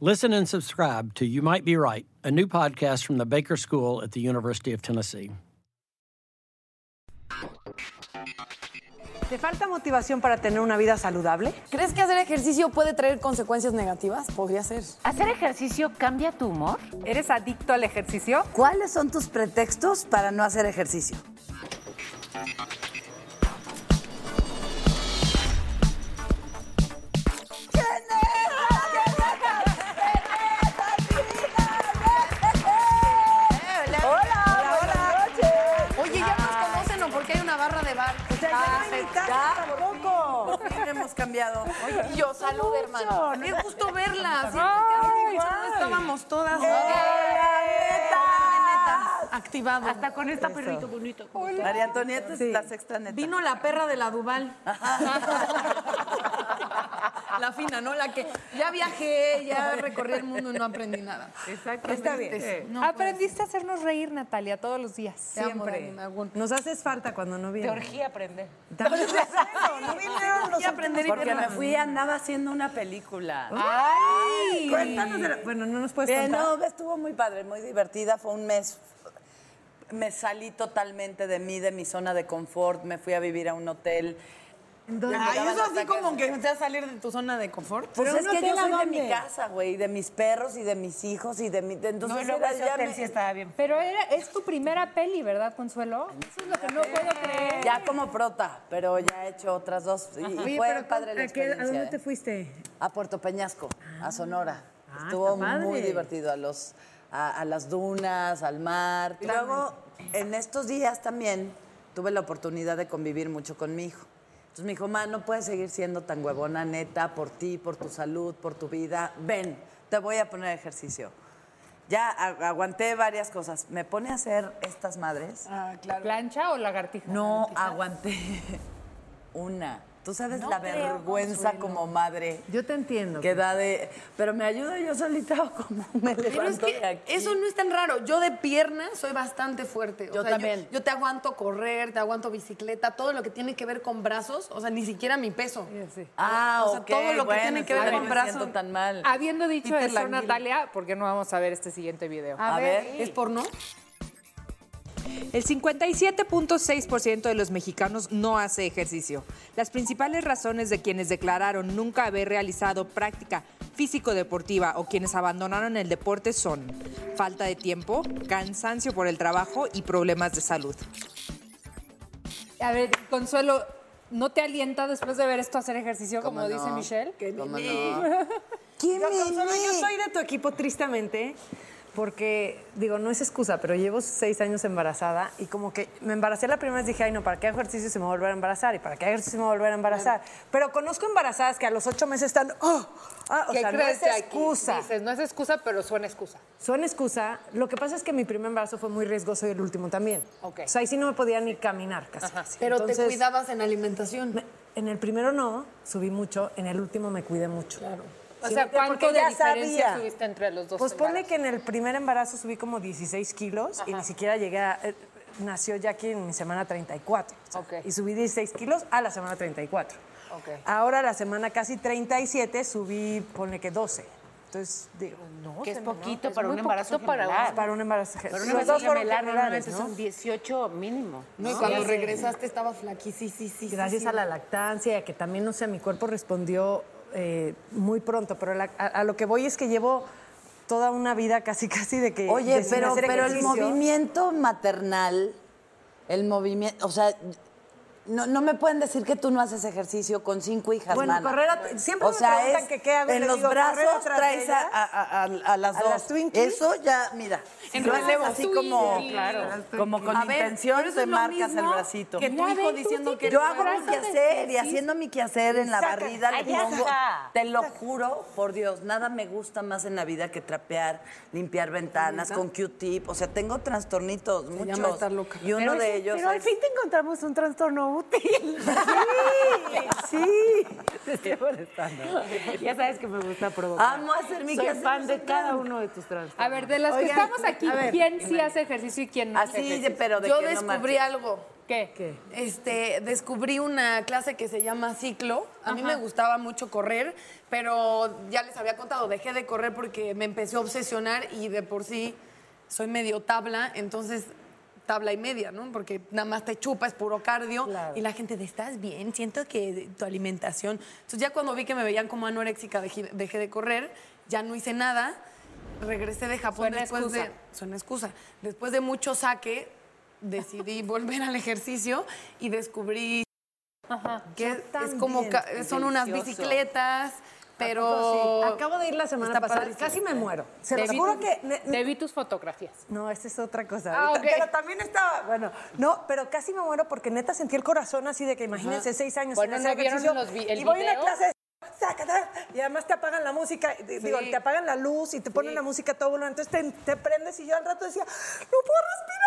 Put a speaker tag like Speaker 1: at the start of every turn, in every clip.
Speaker 1: Listen and subscribe to You Might Be Right, a new podcast from the Baker School at the University of Tennessee.
Speaker 2: ¿Te falta motivación para tener una vida saludable?
Speaker 3: ¿Crees que hacer ejercicio puede traer consecuencias negativas? Podría ser.
Speaker 4: ¿Hacer ejercicio cambia tu humor?
Speaker 2: ¿Eres adicto al ejercicio?
Speaker 5: ¿Cuáles son tus pretextos para no hacer ejercicio?
Speaker 2: Hola, hola.
Speaker 3: Oye, ya nos conocen o porque hay una barra de bar. Ah,
Speaker 5: O sea, ya no hay ni taza
Speaker 3: ya,
Speaker 5: tampoco. Por fin hemos cambiado. Oye,
Speaker 3: Y yo, salud, hermano. Qué gusto verlas. Ay, no estábamos todas. Activado.
Speaker 4: Hasta con esta perrito bonito.
Speaker 5: María Antonieta es la sexta neta.
Speaker 3: Vino la perra de la Duval. La fina, ¿no? La que ya viajé, ya recorrí el mundo y no aprendí nada.
Speaker 4: Exacto.
Speaker 2: Está bien.
Speaker 3: No,
Speaker 4: Aprendiste a hacernos reír, Natalia, todos los días.
Speaker 3: Te amo,
Speaker 2: Siempre.
Speaker 3: Dani, algún-
Speaker 2: Nos haces falta cuando no vienes.
Speaker 4: Teorgía aprender.
Speaker 2: También es eso, ¿no?
Speaker 3: Y aprender
Speaker 5: Porque me
Speaker 3: y
Speaker 5: fui andaba haciendo una película.
Speaker 3: ¡Ay!
Speaker 2: Cuéntanos de la- Bueno, no nos puedes
Speaker 5: Bien,
Speaker 2: contar.
Speaker 5: no, estuvo muy padre, muy divertida. Fue un mes. Me salí totalmente de mí, de mi zona de confort. Me fui a vivir a un hotel.
Speaker 3: Ay,
Speaker 5: Llegaban
Speaker 3: eso así
Speaker 5: hasta casa.
Speaker 3: como que sea salir de tu zona de confort.
Speaker 5: Pues
Speaker 2: Pero
Speaker 5: es
Speaker 2: no
Speaker 5: que
Speaker 2: te
Speaker 5: yo
Speaker 2: la
Speaker 5: soy de
Speaker 2: dónde.
Speaker 5: mi casa, güey, de mis perros y de mis hijos y de mi. de- Entonces,
Speaker 4: No, y luego
Speaker 5: era-
Speaker 4: ese
Speaker 5: ya
Speaker 4: hotel
Speaker 5: me-
Speaker 4: sí estaba bien.
Speaker 6: Pero era- es tu primera peli, ¿verdad, Consuelo? Eso es lo que no puedo creer.
Speaker 5: Ya como prota, pero ya he hecho otras dos. Y
Speaker 2: Oye,
Speaker 5: fue
Speaker 2: pero
Speaker 5: padre la
Speaker 2: ¿a, qué-
Speaker 5: experiencia.
Speaker 2: ¿A dónde
Speaker 5: ¿eh?
Speaker 2: te fuiste?
Speaker 5: A Puerto Peñasco, a Sonora.
Speaker 2: Ah,
Speaker 5: Estuvo
Speaker 2: está padre.
Speaker 5: muy divertido a los a, a las dunas, al mar. Y luego, en estos días también tuve la oportunidad de convivir mucho con mi hijo. Entonces me dijo, ma, no puedes seguir siendo tan huevona, neta, por ti, por tu salud, por tu vida. Ven, te voy a poner ejercicio. Ya a- aguanté varias cosas. Me pone a hacer estas madres.
Speaker 2: Ah,
Speaker 6: ¿Plancha o lagartija?
Speaker 5: No aguanté una. Tú sabes la vergüenza como madre
Speaker 2: Yo te entiendo.
Speaker 5: que da de. Pero me ayudo yo solita o como me levanto
Speaker 3: Pero es
Speaker 5: de
Speaker 3: que
Speaker 5: aquí.
Speaker 3: eso no es tan raro. Yo de pierna soy bastante fuerte. O
Speaker 5: Yo
Speaker 3: sea,
Speaker 5: también.
Speaker 3: Yo, te aguanto correr, te aguanto bicicleta, todo lo que tiene que ver con brazos, o sea, ni siquiera mi peso.
Speaker 5: Ah,
Speaker 3: o sea,
Speaker 5: ok,
Speaker 3: todo lo que
Speaker 5: bueno,
Speaker 3: tiene que
Speaker 5: entonces
Speaker 3: ver
Speaker 5: no
Speaker 3: con
Speaker 5: me siento
Speaker 3: brazos.
Speaker 5: tan mal.
Speaker 6: Habiendo dicho
Speaker 3: Peter
Speaker 6: eso,
Speaker 3: Languila.
Speaker 6: Natalia, porque no vamos a ver este siguiente video?
Speaker 5: A ver.
Speaker 3: ¿Es porno?
Speaker 7: El 57.6% de los mexicanos no hace ejercicio. Las principales razones de quienes declararon nunca haber realizado práctica físico-deportiva o quienes abandonaron el deporte son falta de tiempo, cansancio por el trabajo y problemas de salud.
Speaker 6: A ver, Consuelo, ¿no te alienta después de ver esto a hacer ejercicio, como
Speaker 5: ¿Cómo
Speaker 6: dice
Speaker 5: no?
Speaker 6: Michelle?
Speaker 5: ¿Cómo no?
Speaker 2: Yo, Consuelo, yo soy de tu equipo, tristemente, porque, digo, no es excusa, pero llevo seis años embarazada y como que me embaracé la primera vez dije, ay, no, ¿para qué hago ejercicio si me voy a volver a embarazar? ¿Y para qué hago ejercicio si me voy a volver a embarazar? Pero conozco embarazadas que a los ocho meses están, oh, ah, o
Speaker 6: ¿Qué
Speaker 2: sea, no
Speaker 6: crees
Speaker 2: es
Speaker 6: que aquí
Speaker 2: excusa.
Speaker 6: Dices, no es excusa, pero suena excusa.
Speaker 2: Son excusa. Lo que pasa es que mi primer embarazo fue muy riesgoso y el último también. O sea, ahí sí no me podía ni caminar casi. casi.
Speaker 3: Pero te
Speaker 2: Entonces,
Speaker 3: cuidabas en alimentación.
Speaker 2: me- en el primero no, subí mucho, en el último me cuidé mucho. Claro.
Speaker 6: O sea, ¿cuánto de diferencia subiste entre los dos?
Speaker 2: Pues ponle
Speaker 6: embarazos?
Speaker 2: que en el primer embarazo subí como 16 kilos y ni siquiera llegué a... eh, nació Jackie en mi semana 34. o sea,
Speaker 6: Ok.
Speaker 2: Y subí 16 kilos a la semana 34.
Speaker 6: Ok.
Speaker 2: Ahora la semana casi 37 subí, ponle que 12. Entonces, digo, no.
Speaker 4: Que es
Speaker 2: se me- no,
Speaker 4: poquito
Speaker 6: es
Speaker 4: para
Speaker 6: muy
Speaker 4: un embarazo
Speaker 6: poquito para
Speaker 4: gemelar.
Speaker 6: un-
Speaker 2: Para un embarazo.
Speaker 4: Para un
Speaker 2: Los
Speaker 4: embarazo
Speaker 2: dos fueron
Speaker 4: gemelar
Speaker 2: gemelarales,
Speaker 4: normalmente
Speaker 2: ¿no?
Speaker 4: son 18 mínimo.
Speaker 3: No, y cuando regresaste estaba flaquisísísima.
Speaker 2: Gracias a la lactancia y a que también, no sé, mi cuerpo respondió eh, muy pronto, pero la- a, a lo que voy es que llevo toda una vida casi casi de que de
Speaker 5: Oye,
Speaker 2: sin
Speaker 5: pero,
Speaker 2: hacer
Speaker 5: pero el
Speaker 2: ejercicio.
Speaker 5: movimiento maternal, el movimiento, o sea, no, no me pueden decir que tú no haces ejercicio con cinco hijas,
Speaker 2: Bueno,
Speaker 5: mana.
Speaker 2: correr a- siempre
Speaker 5: o
Speaker 2: me
Speaker 5: sea,
Speaker 2: preguntan
Speaker 5: es-
Speaker 2: que qué hago y
Speaker 5: En
Speaker 2: les
Speaker 5: los
Speaker 2: digo, correr
Speaker 5: brazos
Speaker 2: atrás de
Speaker 5: traes a,
Speaker 2: ellas.
Speaker 5: a- a- a las
Speaker 2: A
Speaker 5: dos.
Speaker 2: las Twinkies.
Speaker 5: Eso ya, mira.
Speaker 3: En
Speaker 5: lo haces
Speaker 3: relevo.
Speaker 5: así como,
Speaker 3: Sí, claro.
Speaker 5: como con
Speaker 3: A ver,
Speaker 5: intención
Speaker 3: pero eso
Speaker 5: te
Speaker 3: es lo
Speaker 5: marcas el
Speaker 3: mismo
Speaker 5: bracito.
Speaker 3: Que tu
Speaker 4: Mira,
Speaker 3: hijo
Speaker 4: ve, tú
Speaker 3: diciendo
Speaker 4: sí
Speaker 3: que
Speaker 5: Yo
Speaker 3: no
Speaker 5: hago mi
Speaker 3: haces
Speaker 5: quehacer y
Speaker 3: ejercicio.
Speaker 5: haciendo mi quehacer en la
Speaker 2: Saca.
Speaker 5: barrida le
Speaker 4: Ahí
Speaker 5: pongo.
Speaker 4: está.
Speaker 5: Te lo juro, por Dios, nada me gusta más en la vida que trapear, limpiar ventanas con Q-tip. O sea, tengo trastornitos, muchos.
Speaker 3: llama estar loca.
Speaker 5: Y uno de ellos.
Speaker 4: Pero al
Speaker 5: es-
Speaker 4: fin te encontramos un trastorno útil.
Speaker 5: Sí.
Speaker 4: Te estoy molestando. ya sabes que me gusta provocar.
Speaker 5: Amo hacer mi
Speaker 4: Soy
Speaker 5: quehacer.
Speaker 4: fan de cada uno de tus trastornos.
Speaker 6: A ver, de las que
Speaker 5: Oigan,
Speaker 6: estamos aquí,
Speaker 5: a ver,
Speaker 6: ¿quién sí hace ejercicio y quién no?
Speaker 5: Así, de- pero de
Speaker 3: Yo
Speaker 5: que no
Speaker 3: descubrí
Speaker 5: manches.
Speaker 3: algo.
Speaker 6: ¿Qué? ¿Qué?
Speaker 3: Este, descubrí una clase que se llama ciclo. A mí me gustaba mucho correr, pero ya les había contado, dejé de correr porque me empecé a obsesionar y de por sí soy medio tabla, entonces tabla y media, ¿no? Porque nada más te chupa, es puro cardio. Y la gente de, ¿estás bien? Siento que tu alimentación... Entonces ya cuando vi que me veían como anoréxica, dejé, dejé de correr, ya no hice nada. Regresé de Japón
Speaker 6: Suena
Speaker 3: después de...
Speaker 6: excusa.
Speaker 3: Suena excusa. Después de mucho saque, decidí volver al ejercicio y descubrí que es como ca- eh, son unas bicicletas, pero
Speaker 2: Acabo de ir la semana
Speaker 3: Está
Speaker 2: pasada,
Speaker 3: padrísimo.
Speaker 2: casi me muero. Se
Speaker 6: Te
Speaker 2: los
Speaker 6: vi
Speaker 2: juro
Speaker 6: tus-
Speaker 2: que... ne-
Speaker 6: Te vi tus fotografías.
Speaker 2: No, esta es otra cosa.
Speaker 6: Ah,
Speaker 2: Ahorita-
Speaker 6: ok.
Speaker 2: Pero también estaba, bueno, no, pero casi me muero porque neta sentí el corazón así de que imagínense seis años
Speaker 4: Bueno,
Speaker 2: sin hacer
Speaker 4: ¿no vieron
Speaker 2: ejercicio.
Speaker 4: los vi- el
Speaker 2: y voy a una
Speaker 4: video?
Speaker 2: clase de sacata, y además te apagan la música, y- digo, te apagan la luz y te ponen la música a todo volumen, entonces te, te prendes y yo al rato decía, no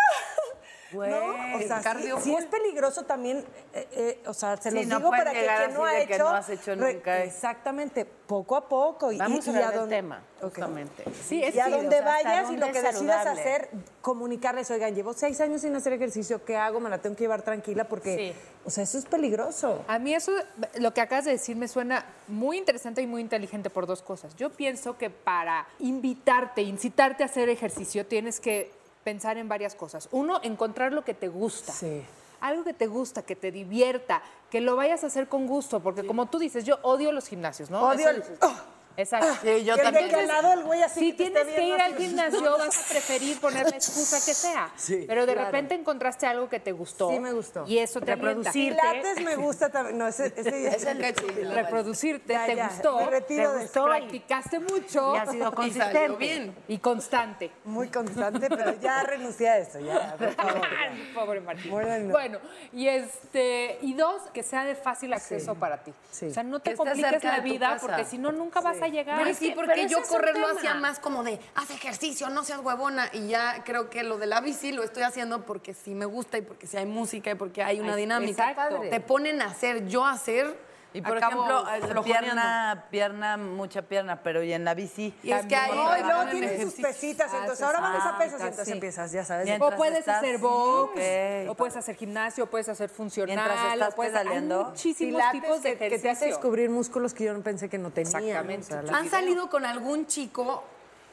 Speaker 2: puedo respirar. no, o
Speaker 3: Güey,
Speaker 2: sea,
Speaker 3: cardio
Speaker 2: sí, sí
Speaker 3: full.
Speaker 2: es peligroso también, eh, eh, o sea, se
Speaker 5: Sí,
Speaker 2: los
Speaker 5: no
Speaker 2: digo
Speaker 5: pueden
Speaker 2: para que
Speaker 5: llegar
Speaker 2: quien no
Speaker 5: así
Speaker 2: ha
Speaker 5: de que
Speaker 2: hecho,
Speaker 5: no has hecho nunca.
Speaker 2: exactamente, poco a poco y
Speaker 4: Vamos
Speaker 2: y
Speaker 4: a hablar del
Speaker 2: dónde-
Speaker 4: tema,
Speaker 2: Ok.
Speaker 4: justamente.
Speaker 6: Sí, es
Speaker 2: y a
Speaker 6: que-
Speaker 2: donde
Speaker 4: o sea, hasta
Speaker 2: vayas y lo
Speaker 4: dónde
Speaker 2: que
Speaker 4: es
Speaker 2: decidas
Speaker 4: saludable.
Speaker 2: hacer, comunicarles, oigan, llevo seis años sin hacer ejercicio, ¿qué hago? Me la tengo que llevar tranquila porque,
Speaker 6: Sí.
Speaker 2: o sea, eso es peligroso.
Speaker 6: A mí eso, lo que acabas de decir me suena muy interesante y muy inteligente por dos cosas. Yo pienso que para invitarte, incitarte a hacer ejercicio, tienes que pensar en varias cosas. Uno, encontrar lo que te gusta.
Speaker 2: Sí.
Speaker 6: Algo que te gusta, que te divierta, que lo vayas a hacer con gusto, porque como tú dices, yo odio los gimnasios, ¿no?
Speaker 2: Odio
Speaker 6: Eso
Speaker 2: el- ¡Ah!
Speaker 6: dices. Exacto.
Speaker 5: Sí, yo
Speaker 2: Y el de
Speaker 5: también.
Speaker 2: que al lado el güey así
Speaker 6: si
Speaker 2: que te
Speaker 6: tienes
Speaker 2: esté
Speaker 6: que ir al
Speaker 2: viendo así. pues,
Speaker 6: gimnasio, vas a preferir poner la excusa que sea.
Speaker 5: Sí,
Speaker 6: Pero de
Speaker 2: claro.
Speaker 6: repente encontraste algo que te gustó.
Speaker 2: Sí, me gustó.
Speaker 6: Y eso te alienta.
Speaker 2: Pilates me gusta también. No, ese, ese ya-
Speaker 3: es el que sí, la verdad.
Speaker 6: reproducirte,
Speaker 2: Ya,
Speaker 6: te
Speaker 2: ya,
Speaker 6: gustó,
Speaker 2: me retiro
Speaker 6: te
Speaker 2: de
Speaker 6: gustó,
Speaker 2: esto.
Speaker 6: practicaste mucho
Speaker 4: Y ha sido
Speaker 3: Y salió
Speaker 4: consistente.
Speaker 3: bien.
Speaker 6: y constante.
Speaker 2: muy constante, pero ya renuncié a eso, ya, por favor, ya.
Speaker 6: Pobre Martín.
Speaker 2: Bueno.
Speaker 6: Bueno, y este y dos, que sea de fácil acceso para ti.
Speaker 2: Sí.
Speaker 6: O sea, no te
Speaker 3: Que esté
Speaker 6: compliques
Speaker 3: cerca
Speaker 6: la
Speaker 3: de tu
Speaker 6: vida
Speaker 3: casa.
Speaker 6: porque si no nunca vas a llegar.
Speaker 3: Pero
Speaker 6: Es
Speaker 3: sí,
Speaker 6: que-
Speaker 3: porque
Speaker 6: pero ese
Speaker 3: yo
Speaker 6: es un
Speaker 3: correr lo
Speaker 6: tema.
Speaker 3: hacía más como de, haz ejercicio, no seas huevona. Y ya creo que lo de la bici lo estoy haciendo porque sí me gusta y porque sí hay música y porque hay una
Speaker 6: Ay,
Speaker 3: dinámica.
Speaker 6: exacto.
Speaker 3: Te ponen a hacer, yo a hacer.
Speaker 5: Y por
Speaker 3: acabo
Speaker 5: ejemplo, eh,
Speaker 3: flojoneando.
Speaker 5: pierna, pierna, mucha pierna, pero y en la bici.
Speaker 3: Y es que
Speaker 5: también.
Speaker 3: ahí
Speaker 2: No, y
Speaker 3: va
Speaker 2: luego
Speaker 3: el
Speaker 2: tiene sus
Speaker 3: ejercicio.
Speaker 2: pesitas, entonces ahora vamos a pesas, entonces
Speaker 5: Ah, sí.
Speaker 2: empiezas, ya sabes.
Speaker 5: Bien.
Speaker 6: O
Speaker 5: Mientras
Speaker 6: puedes
Speaker 5: estás-
Speaker 6: hacer box,
Speaker 5: Ok.
Speaker 6: o puedes hacer gimnasio, o puedes hacer funcional,
Speaker 5: Mientras estás
Speaker 6: o puedes hay
Speaker 5: pedaleando.
Speaker 6: muchísimos
Speaker 2: Pilates
Speaker 6: tipos de
Speaker 2: que, que
Speaker 6: ejercicio.
Speaker 2: te hace descubrir músculos que yo no pensé que no tenía. ¿no?
Speaker 6: Exactamente.
Speaker 2: O sea, la-
Speaker 3: ¿Han salido con algún chico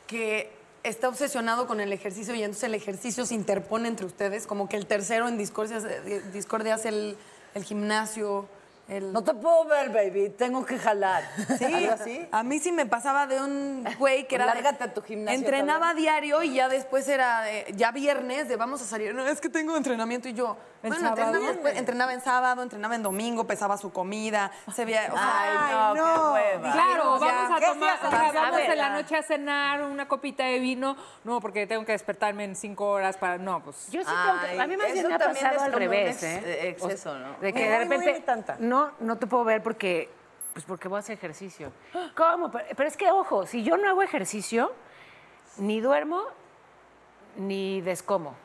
Speaker 3: que está obsesionado con el ejercicio y entonces el ejercicio se interpone entre ustedes? Como que el tercero en discordia, discordia es el, el gimnasio. el-
Speaker 5: No te puedo ver, baby. Tengo que jalar.
Speaker 3: Sí,
Speaker 5: ¿Algo así?
Speaker 3: a mí sí me pasaba de un güey que era. de-
Speaker 5: Lárgate a tu gimnasio
Speaker 3: Entrenaba diario y ya después era de- ya viernes de vamos a salir. No, es que tengo entrenamiento y yo. bueno, entrenaba, después- entrenaba en sábado, entrenaba en domingo, pesaba su comida, se veía. o sea,
Speaker 5: Ay, no, qué hueva.
Speaker 6: Claro,
Speaker 3: Amigos, ya.
Speaker 6: vamos
Speaker 3: ¿Qué
Speaker 6: a tomar,
Speaker 2: hacías
Speaker 6: o sea,
Speaker 2: antes?
Speaker 6: vamos
Speaker 2: A ver.
Speaker 6: en la noche a cenar una copita de vino. No, porque tengo que despertarme en cinco horas para. No, pues.
Speaker 4: Yo sí tengo que- A mí más
Speaker 5: Ay,
Speaker 4: bien
Speaker 5: eso
Speaker 4: me ha
Speaker 5: también
Speaker 4: pasado
Speaker 5: es
Speaker 4: al
Speaker 5: como un
Speaker 4: revés,
Speaker 5: ex-
Speaker 4: ¿eh?
Speaker 5: exceso, ¿no?
Speaker 4: De que
Speaker 2: Muy,
Speaker 4: de
Speaker 2: muy
Speaker 4: repente.
Speaker 2: limitante.
Speaker 4: No, no te puedo ver porque. Pues porque voy a hacer ejercicio. ¿Cómo? Pero, pero es que, ojo, si yo no hago ejercicio, ni duermo, ni descomo.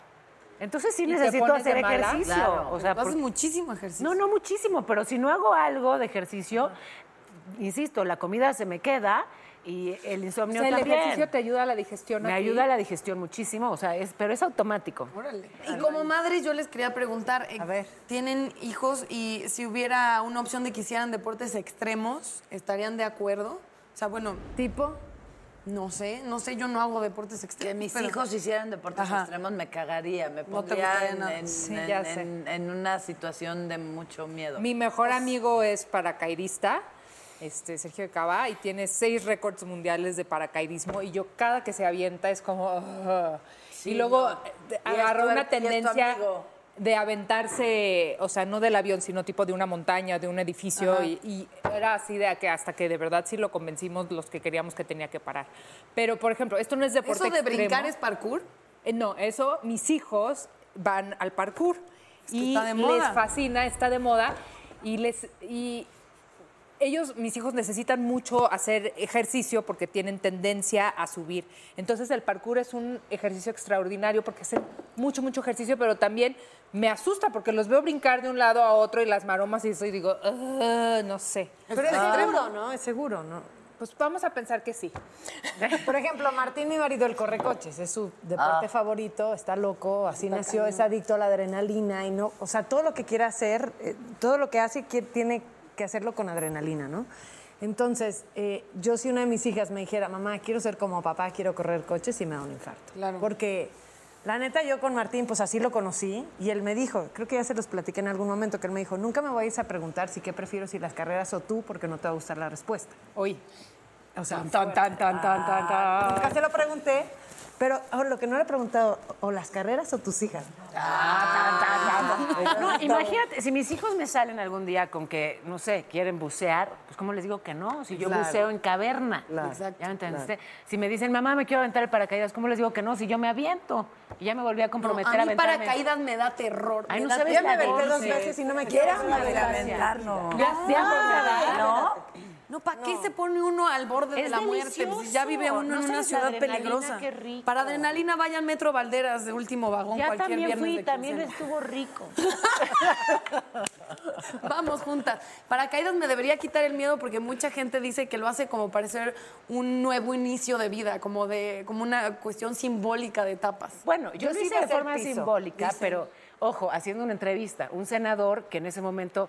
Speaker 4: Entonces sí
Speaker 6: te
Speaker 4: necesito
Speaker 6: pones de
Speaker 4: hacer
Speaker 6: mala?
Speaker 4: ejercicio.
Speaker 5: Claro.
Speaker 4: o sea,
Speaker 3: tú haces
Speaker 4: porque-
Speaker 3: muchísimo ejercicio.
Speaker 4: no, no muchísimo, pero si no hago algo de ejercicio, insisto, la comida se me queda y el
Speaker 6: O
Speaker 4: insomnio
Speaker 6: sea, el
Speaker 4: también.
Speaker 6: ejercicio te ayuda a la digestión.
Speaker 4: me
Speaker 6: a ti.
Speaker 4: ayuda a la digestión muchísimo, o sea, es, pero es automático.
Speaker 3: Y como madres yo les quería preguntar, eh, ¿tienen hijos y si hubiera una opción de que hicieran deportes extremos, estarían de acuerdo? O sea, bueno,
Speaker 2: Tipo,
Speaker 3: no sé, no sé, yo no hago deportes
Speaker 5: Que
Speaker 3: extremos.
Speaker 5: mis
Speaker 3: pero-
Speaker 5: hijos hicieran deportes
Speaker 3: Ajá.
Speaker 5: extremos me cagaría, me
Speaker 3: No te
Speaker 5: pondría
Speaker 3: gustaría
Speaker 5: en,
Speaker 3: nada.
Speaker 5: en-
Speaker 3: Sí,
Speaker 5: en-
Speaker 3: ya sé.
Speaker 5: en- en una situación de mucho miedo.
Speaker 6: Mi mejor amigo es paracaidista este, Sergio de Cava, y tiene seis récords mundiales de paracaidismo. Y yo cada que se avienta es como... "Ugh". y luego
Speaker 5: no.
Speaker 6: eh,
Speaker 5: Y es
Speaker 6: agarró
Speaker 5: tu- y es
Speaker 6: una
Speaker 5: tu
Speaker 6: tendencia
Speaker 5: amigo.
Speaker 6: de aventarse, o sea, no del avión, sino tipo de una montaña, de un edificio, y, y era así de que hasta que de verdad sí lo convencimos los que queríamos que tenía que parar. Pero, por ejemplo, esto no es deporte
Speaker 3: ¿Eso de
Speaker 6: extremo.
Speaker 3: brincar es parkour?
Speaker 6: Eh, No, eso, mis hijos van al parkour
Speaker 3: que
Speaker 6: y
Speaker 3: está de moda.
Speaker 6: les fascina, está de moda y les y ellos, mis hijos necesitan mucho hacer ejercicio porque tienen tendencia a subir. Entonces el parkour es un ejercicio extraordinario porque hacen mucho, mucho ejercicio, pero también me asusta porque los veo brincar de un lado a otro y las maromas y eso y digo, "Ugh, no sé.
Speaker 2: Pero es seguro, ¿no? Ah. Es seguro, ¿no?
Speaker 6: Pues vamos a pensar que sí.
Speaker 2: Por ejemplo, Martín, mi marido, el correcoches, es su deporte favorito, está loco, así nació, es adicto a la adrenalina y no, o sea, todo lo que quiere hacer, eh, todo lo que hace quie- tiene que hacerlo con adrenalina, ¿no? Entonces, eh, yo si una de mis hijas me dijera, mamá, quiero ser como papá, quiero correr coches y me da un infarto.
Speaker 3: Claro.
Speaker 2: Porque la neta, yo con Martín, pues así lo conocí y él me dijo, creo que ya se los platiqué en algún momento, que él me dijo, nunca me vais a preguntar si qué prefiero, si las carreras o tú, porque no te va a gustar la respuesta.
Speaker 6: Hoy.
Speaker 2: O sea,
Speaker 3: Tan, tan, tan, tan, tan, tan.
Speaker 2: Ah, Nunca se lo pregunté, pero oh, lo que no le he preguntado, o las carreras o tus hijas.
Speaker 3: Ah,
Speaker 2: Ah,
Speaker 4: No, imagínate, si mis hijos me salen algún día con que, no sé, quieren bucear, pues ¿cómo les digo que no? Si yo buceo en caverna. ¿Ya me entendiste? Si me dicen, mamá, me quiero aventar el paracaídas, ¿cómo les digo que no? Si yo me aviento. Y ya me volví a
Speaker 3: No,
Speaker 4: comprometer
Speaker 3: a
Speaker 4: a
Speaker 3: mí
Speaker 4: aventarme.
Speaker 3: paracaídas me da terror.
Speaker 4: Ay,
Speaker 3: me
Speaker 4: no
Speaker 3: da
Speaker 4: sabes
Speaker 3: terror.
Speaker 4: la
Speaker 2: Me
Speaker 4: Por
Speaker 2: dos
Speaker 4: sí.
Speaker 2: veces y no me quiero.
Speaker 5: Era una de lamentarnos.
Speaker 4: ¿no?
Speaker 3: No, ¿para qué se pone uno al borde de
Speaker 4: Es
Speaker 3: la muerte? Pues ya vive
Speaker 4: delicioso.
Speaker 3: uno
Speaker 4: No
Speaker 3: en una
Speaker 4: sabes la
Speaker 3: ciudad
Speaker 4: adrenalina,
Speaker 3: peligrosa.
Speaker 4: qué rico.
Speaker 3: Para adrenalina vayan Metro Valderas de último vagón
Speaker 4: Ya
Speaker 3: cualquier
Speaker 4: también
Speaker 3: viernes
Speaker 4: fui,
Speaker 3: de
Speaker 4: también
Speaker 3: quincena.
Speaker 4: estuvo rico.
Speaker 3: Vamos juntas. Paracaídas me debería quitar el miedo porque mucha gente dice que lo hace como parecer un nuevo inicio de vida, como de como una cuestión simbólica de etapas.
Speaker 4: Bueno, yo,
Speaker 2: Yo
Speaker 4: lo
Speaker 2: sí
Speaker 4: hice
Speaker 2: iba a
Speaker 4: de
Speaker 2: hacer
Speaker 4: forma
Speaker 2: piso,
Speaker 4: simbólica,
Speaker 2: dicen.
Speaker 4: pero ojo, haciendo una entrevista, un senador que en ese momento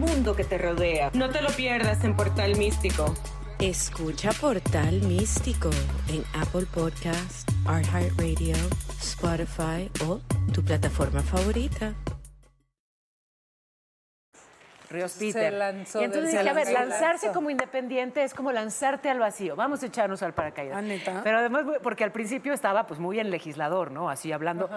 Speaker 8: mundo que te rodea. No te lo pierdas en Portal Místico.
Speaker 9: Escucha Portal Místico en Apple Podcast, iHeartRadio, Spotify o tu plataforma favorita.
Speaker 4: Ríos
Speaker 6: Se
Speaker 4: Peter.
Speaker 6: lanzó
Speaker 4: y entonces
Speaker 6: del-
Speaker 4: dije,
Speaker 6: se
Speaker 4: a ver,
Speaker 6: lanzó.
Speaker 4: lanzarse como independiente es como lanzarte al vacío. Vamos a echarnos al paracaídas.
Speaker 3: Ah, ¿neta?
Speaker 4: Pero además, güey, porque al principio estaba pues muy en legislador, ¿no? Así hablando.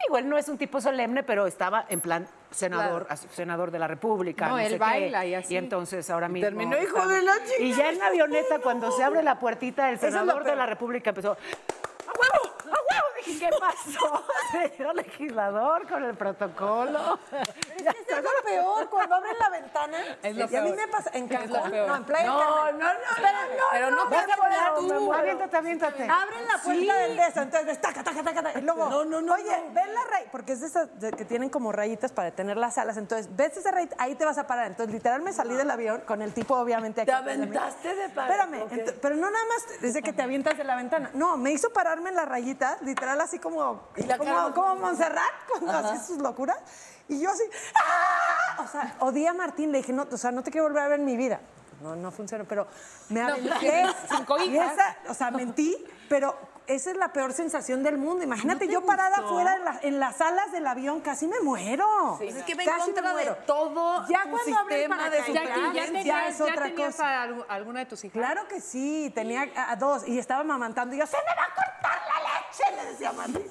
Speaker 4: Digo, él no es un tipo solemne, pero estaba en plan senador, así, senador de la República.
Speaker 6: No,
Speaker 4: No,
Speaker 6: él
Speaker 4: sé qué.
Speaker 6: baila y así.
Speaker 4: entonces ahora mismo.
Speaker 3: terminó, hijo de la
Speaker 4: Y ya en la avioneta, cuando se abre la puertita, el senador de la República empezó. ¡A huevo! ¡A
Speaker 2: Ah,
Speaker 4: huevo! Dije, ¿qué pasó? Señor legislador con el protocolo.
Speaker 2: Es lo peor, cuando abren la ventana.
Speaker 6: Es lo
Speaker 2: y a mí
Speaker 6: peor.
Speaker 2: me pasa en
Speaker 6: Es lo
Speaker 2: Cancún,
Speaker 6: peor.
Speaker 2: no, en Playa del
Speaker 3: No,
Speaker 2: Carmen.
Speaker 3: no, no,
Speaker 2: Pero no,
Speaker 3: pero no
Speaker 2: no,
Speaker 3: te
Speaker 2: me
Speaker 3: vas a poner
Speaker 2: muero,
Speaker 3: tú.
Speaker 2: me muero.
Speaker 4: Aviéntate, aviéntate.
Speaker 2: Abren la puerta del de eso, entonces ves, taca, taca, taca, taca, y luego,
Speaker 3: No, no, no,
Speaker 2: oye,
Speaker 3: no.
Speaker 2: ves la rayita, porque es de esas de- que tienen como rayitas para detener las alas, entonces ves esa rayita, ahí te vas a parar, entonces literal me salí del avión con el tipo obviamente aquí.
Speaker 3: Te aventaste de para-
Speaker 2: Espérame,
Speaker 3: ok.
Speaker 2: ento- pero no nada más desde que te avientas de la ventana, no, me hizo pararme en la rayita, literal así como,
Speaker 3: la cara-
Speaker 2: como, como Montserrat cuando hace sus locuras, y yo así, ¡ah! o sea, odié a Martín, le dije, no, o sea, no te quiero volver a ver en mi vida. No, no funcionó, pero me aventé.
Speaker 6: cinco
Speaker 2: y
Speaker 6: hijas.
Speaker 2: esa- o sea, mentí Pero esa es la peor sensación del mundo. Imagínate, yo parada afuera en, la- en las alas del avión, casi me muero.
Speaker 3: Pues es que va en
Speaker 2: Casi me
Speaker 3: contra de
Speaker 2: muero.
Speaker 3: todo
Speaker 2: Ya
Speaker 3: tu
Speaker 2: cuando abre el
Speaker 3: sistema de
Speaker 2: paracaídas, ya,
Speaker 3: supervivencia,
Speaker 2: tenías-
Speaker 3: es
Speaker 2: ya
Speaker 3: otra
Speaker 2: tenías
Speaker 3: cosa.
Speaker 2: a algu- alguna de tus hijas. Claro que sí, tenía a, a dos y estaba mamantando y yo, se me va a cortar la leche, le decía a Mandy.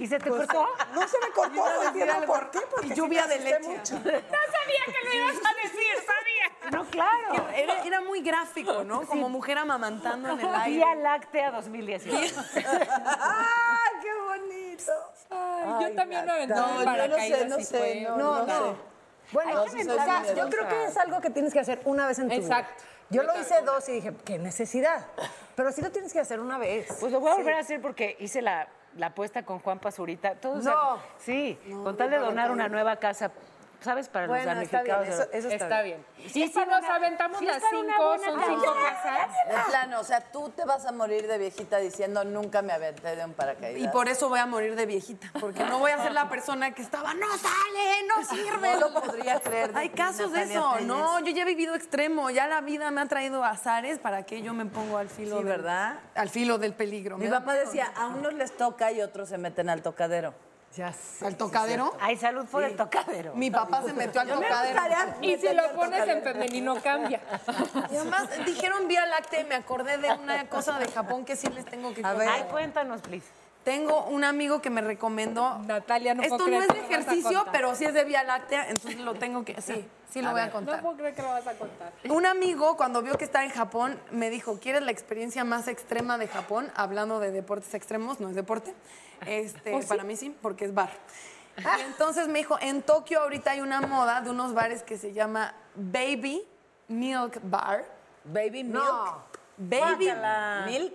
Speaker 4: ¿Y se te cortó?
Speaker 2: Pues, No se me cortó, no entiendo por qué, porque sí me asusté mucho.
Speaker 3: sabía que lo ibas a decir, sabía.
Speaker 4: No, claro.
Speaker 3: Era, era muy gráfico, ¿no? Como mujer amamantando en el aire.
Speaker 4: Vía Láctea 2018.
Speaker 2: ¡Ay, qué bonito!
Speaker 6: yo también lo aventé
Speaker 5: No, yo no sé, no sé. No, no, sé.
Speaker 2: Bueno,
Speaker 5: Hay que
Speaker 2: o sea,
Speaker 5: inventar
Speaker 2: yo creo que es algo que tienes que hacer una vez en tu
Speaker 6: Exacto.
Speaker 2: vida. Yo lo hice dos y dije, qué necesidad. Pero sí lo tienes que hacer una vez.
Speaker 4: Pues lo voy a volver a hacer porque hice la, la apuesta con Juan Pazurita. Todos
Speaker 2: No.
Speaker 4: saben- sí, con tal de donar una nueva casa, ¿sabes? Para los
Speaker 2: Bueno, está bien,
Speaker 4: damnificados.
Speaker 2: eso, eso está,
Speaker 6: Está
Speaker 2: bien.
Speaker 6: bien.
Speaker 4: Sí,
Speaker 6: si
Speaker 4: sí,
Speaker 6: nos
Speaker 4: una-
Speaker 6: aventamos
Speaker 4: sí,
Speaker 6: las
Speaker 4: está una
Speaker 6: cinco,
Speaker 4: buena
Speaker 6: son
Speaker 4: tarea.
Speaker 6: cinco casas.
Speaker 5: De plano, o sea, tú te vas a morir de viejita diciendo nunca me aventé de un paracaídas.
Speaker 3: Y por eso voy a morir de viejita, porque no voy a ser la persona que estaba, no sale, no sirve.
Speaker 5: No lo podría creer de
Speaker 3: Hay
Speaker 5: ti,
Speaker 3: casos de
Speaker 5: Natalia
Speaker 3: eso,
Speaker 5: Telles.
Speaker 3: no, yo ya he vivido extremo, ya la vida me ha traído azares para que yo me pongo al filo
Speaker 5: Sí,
Speaker 3: del-
Speaker 5: ¿verdad?
Speaker 3: Al filo del peligro.
Speaker 5: Mi
Speaker 3: Me da
Speaker 5: papá
Speaker 3: miedo.
Speaker 5: decía, a unos les toca y otros se meten al tocadero.
Speaker 2: Ya sé.
Speaker 3: ¿Al tocadero?
Speaker 4: Ay, salud por el tocadero.
Speaker 3: Mi papá se metió al tocadero.
Speaker 6: Y si lo pones en femenino, cambia.
Speaker 3: Y además dijeron vía láctea y me acordé de una cosa de Japón que sí les tengo que
Speaker 5: A ver.
Speaker 3: contar.
Speaker 4: Ay, cuéntanos, please.
Speaker 3: Tengo un amigo que me recomendó.
Speaker 6: Natalia, no puedo
Speaker 3: Esto no
Speaker 6: creer
Speaker 3: es
Speaker 6: que
Speaker 3: de
Speaker 6: lo vas a
Speaker 3: ejercicio,
Speaker 6: contar.
Speaker 3: pero sí es de vía láctea, entonces lo tengo que. Sí, sí lo voy a
Speaker 6: No
Speaker 3: contar.
Speaker 6: puedo creer que lo vas a contar.
Speaker 3: Un amigo, cuando vio que estaba en Japón, me dijo, ¿quieres la experiencia más extrema de Japón? Hablando de deportes extremos, no es deporte. Este,
Speaker 2: ¿Oh,
Speaker 3: Para mí sí, porque es bar.
Speaker 2: Ah.
Speaker 3: Y entonces me dijo, en Tokio ahorita hay una moda de unos bares que se llama Baby Milk Bar.
Speaker 5: Baby milk.
Speaker 3: No. Baby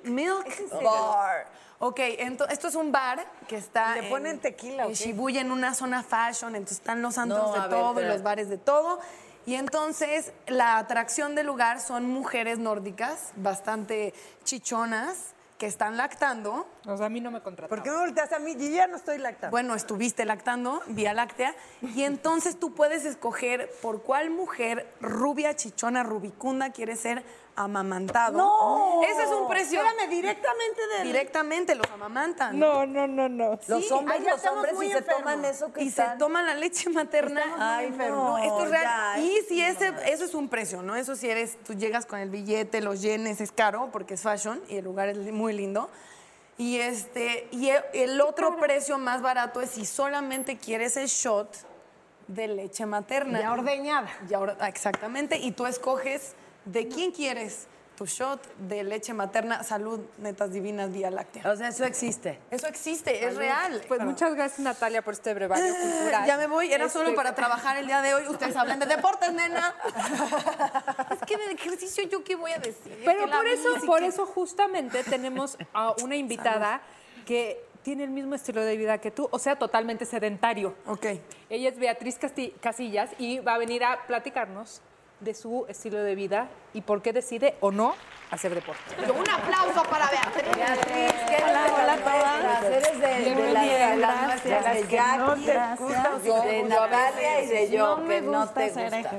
Speaker 3: Milk, Bar. Ok, ento- esto es un bar que está.
Speaker 2: Le ponen tequila,
Speaker 3: En
Speaker 2: ¿o qué?
Speaker 3: Shibuya, en una zona fashion, entonces están los antros
Speaker 5: No,
Speaker 3: de
Speaker 5: a ver,
Speaker 3: todo, y
Speaker 5: espérate.
Speaker 3: los bares de todo. Y entonces la atracción del lugar son mujeres nórdicas, bastante chichonas, que están lactando.
Speaker 6: O sea, a mí no me contrataron.
Speaker 2: ¿Por qué me volteaste a mí? Yo ya no estoy lactando.
Speaker 3: Bueno, estuviste lactando, vía láctea, y entonces tú puedes escoger por cuál mujer rubia, chichona, rubicunda quiere ser amamantado.
Speaker 2: ¡No!
Speaker 3: Ese es un precio.
Speaker 2: Espérame, directamente del-
Speaker 3: Directamente los amamantan.
Speaker 6: no, no, no.
Speaker 5: Los
Speaker 2: Sí,
Speaker 5: hombres,
Speaker 2: ahí ya
Speaker 5: los
Speaker 2: estamos
Speaker 5: hombres,
Speaker 2: muy
Speaker 5: si se
Speaker 2: enfermos.
Speaker 5: toman eso que
Speaker 3: Y se
Speaker 5: están-
Speaker 3: toman la leche materna.
Speaker 5: Ay, enfermos.
Speaker 3: no, esto es real.
Speaker 5: Ya,
Speaker 3: y
Speaker 5: es
Speaker 3: si ese, eso es un precio, ¿no? Eso si eres, tú llegas con el billete, los yenes, es caro porque es fashion y el lugar es li- muy lindo. Y este, y e- el otro precio más barato es si solamente quieres el shot de leche materna.
Speaker 2: Ya ordeñada.
Speaker 3: Ya or- ah, exactamente. Y tú escoges de quién quieres tu shot de leche materna, salud, netas divinas, vía láctea.
Speaker 5: O sea, eso existe.
Speaker 3: Eso existe, es real.
Speaker 6: Pues muchas gracias, Natalia, por este brevario cultural.
Speaker 3: Ya me voy, era
Speaker 6: Este,
Speaker 3: solo para trabajar el día de hoy. Ustedes hablan de deportes, nena. es que de ejercicio yo qué voy a decir.
Speaker 6: Pero
Speaker 3: Que la
Speaker 6: por eso,
Speaker 3: bici,
Speaker 6: por
Speaker 3: que-
Speaker 6: eso justamente tenemos a una invitada que tiene el mismo estilo de vida que tú, o sea, totalmente sedentario.
Speaker 3: Ok.
Speaker 6: Ella es Beatriz Casti- Casillas y va a venir a platicarnos de su estilo de vida y por qué decide o no hacer deporte.
Speaker 3: Un aplauso para Beatriz.
Speaker 5: Hola, hola a todas. Eres de, de las, de las nuestras, de Jackie, yo, de Natalia y de yo, que no te gusta.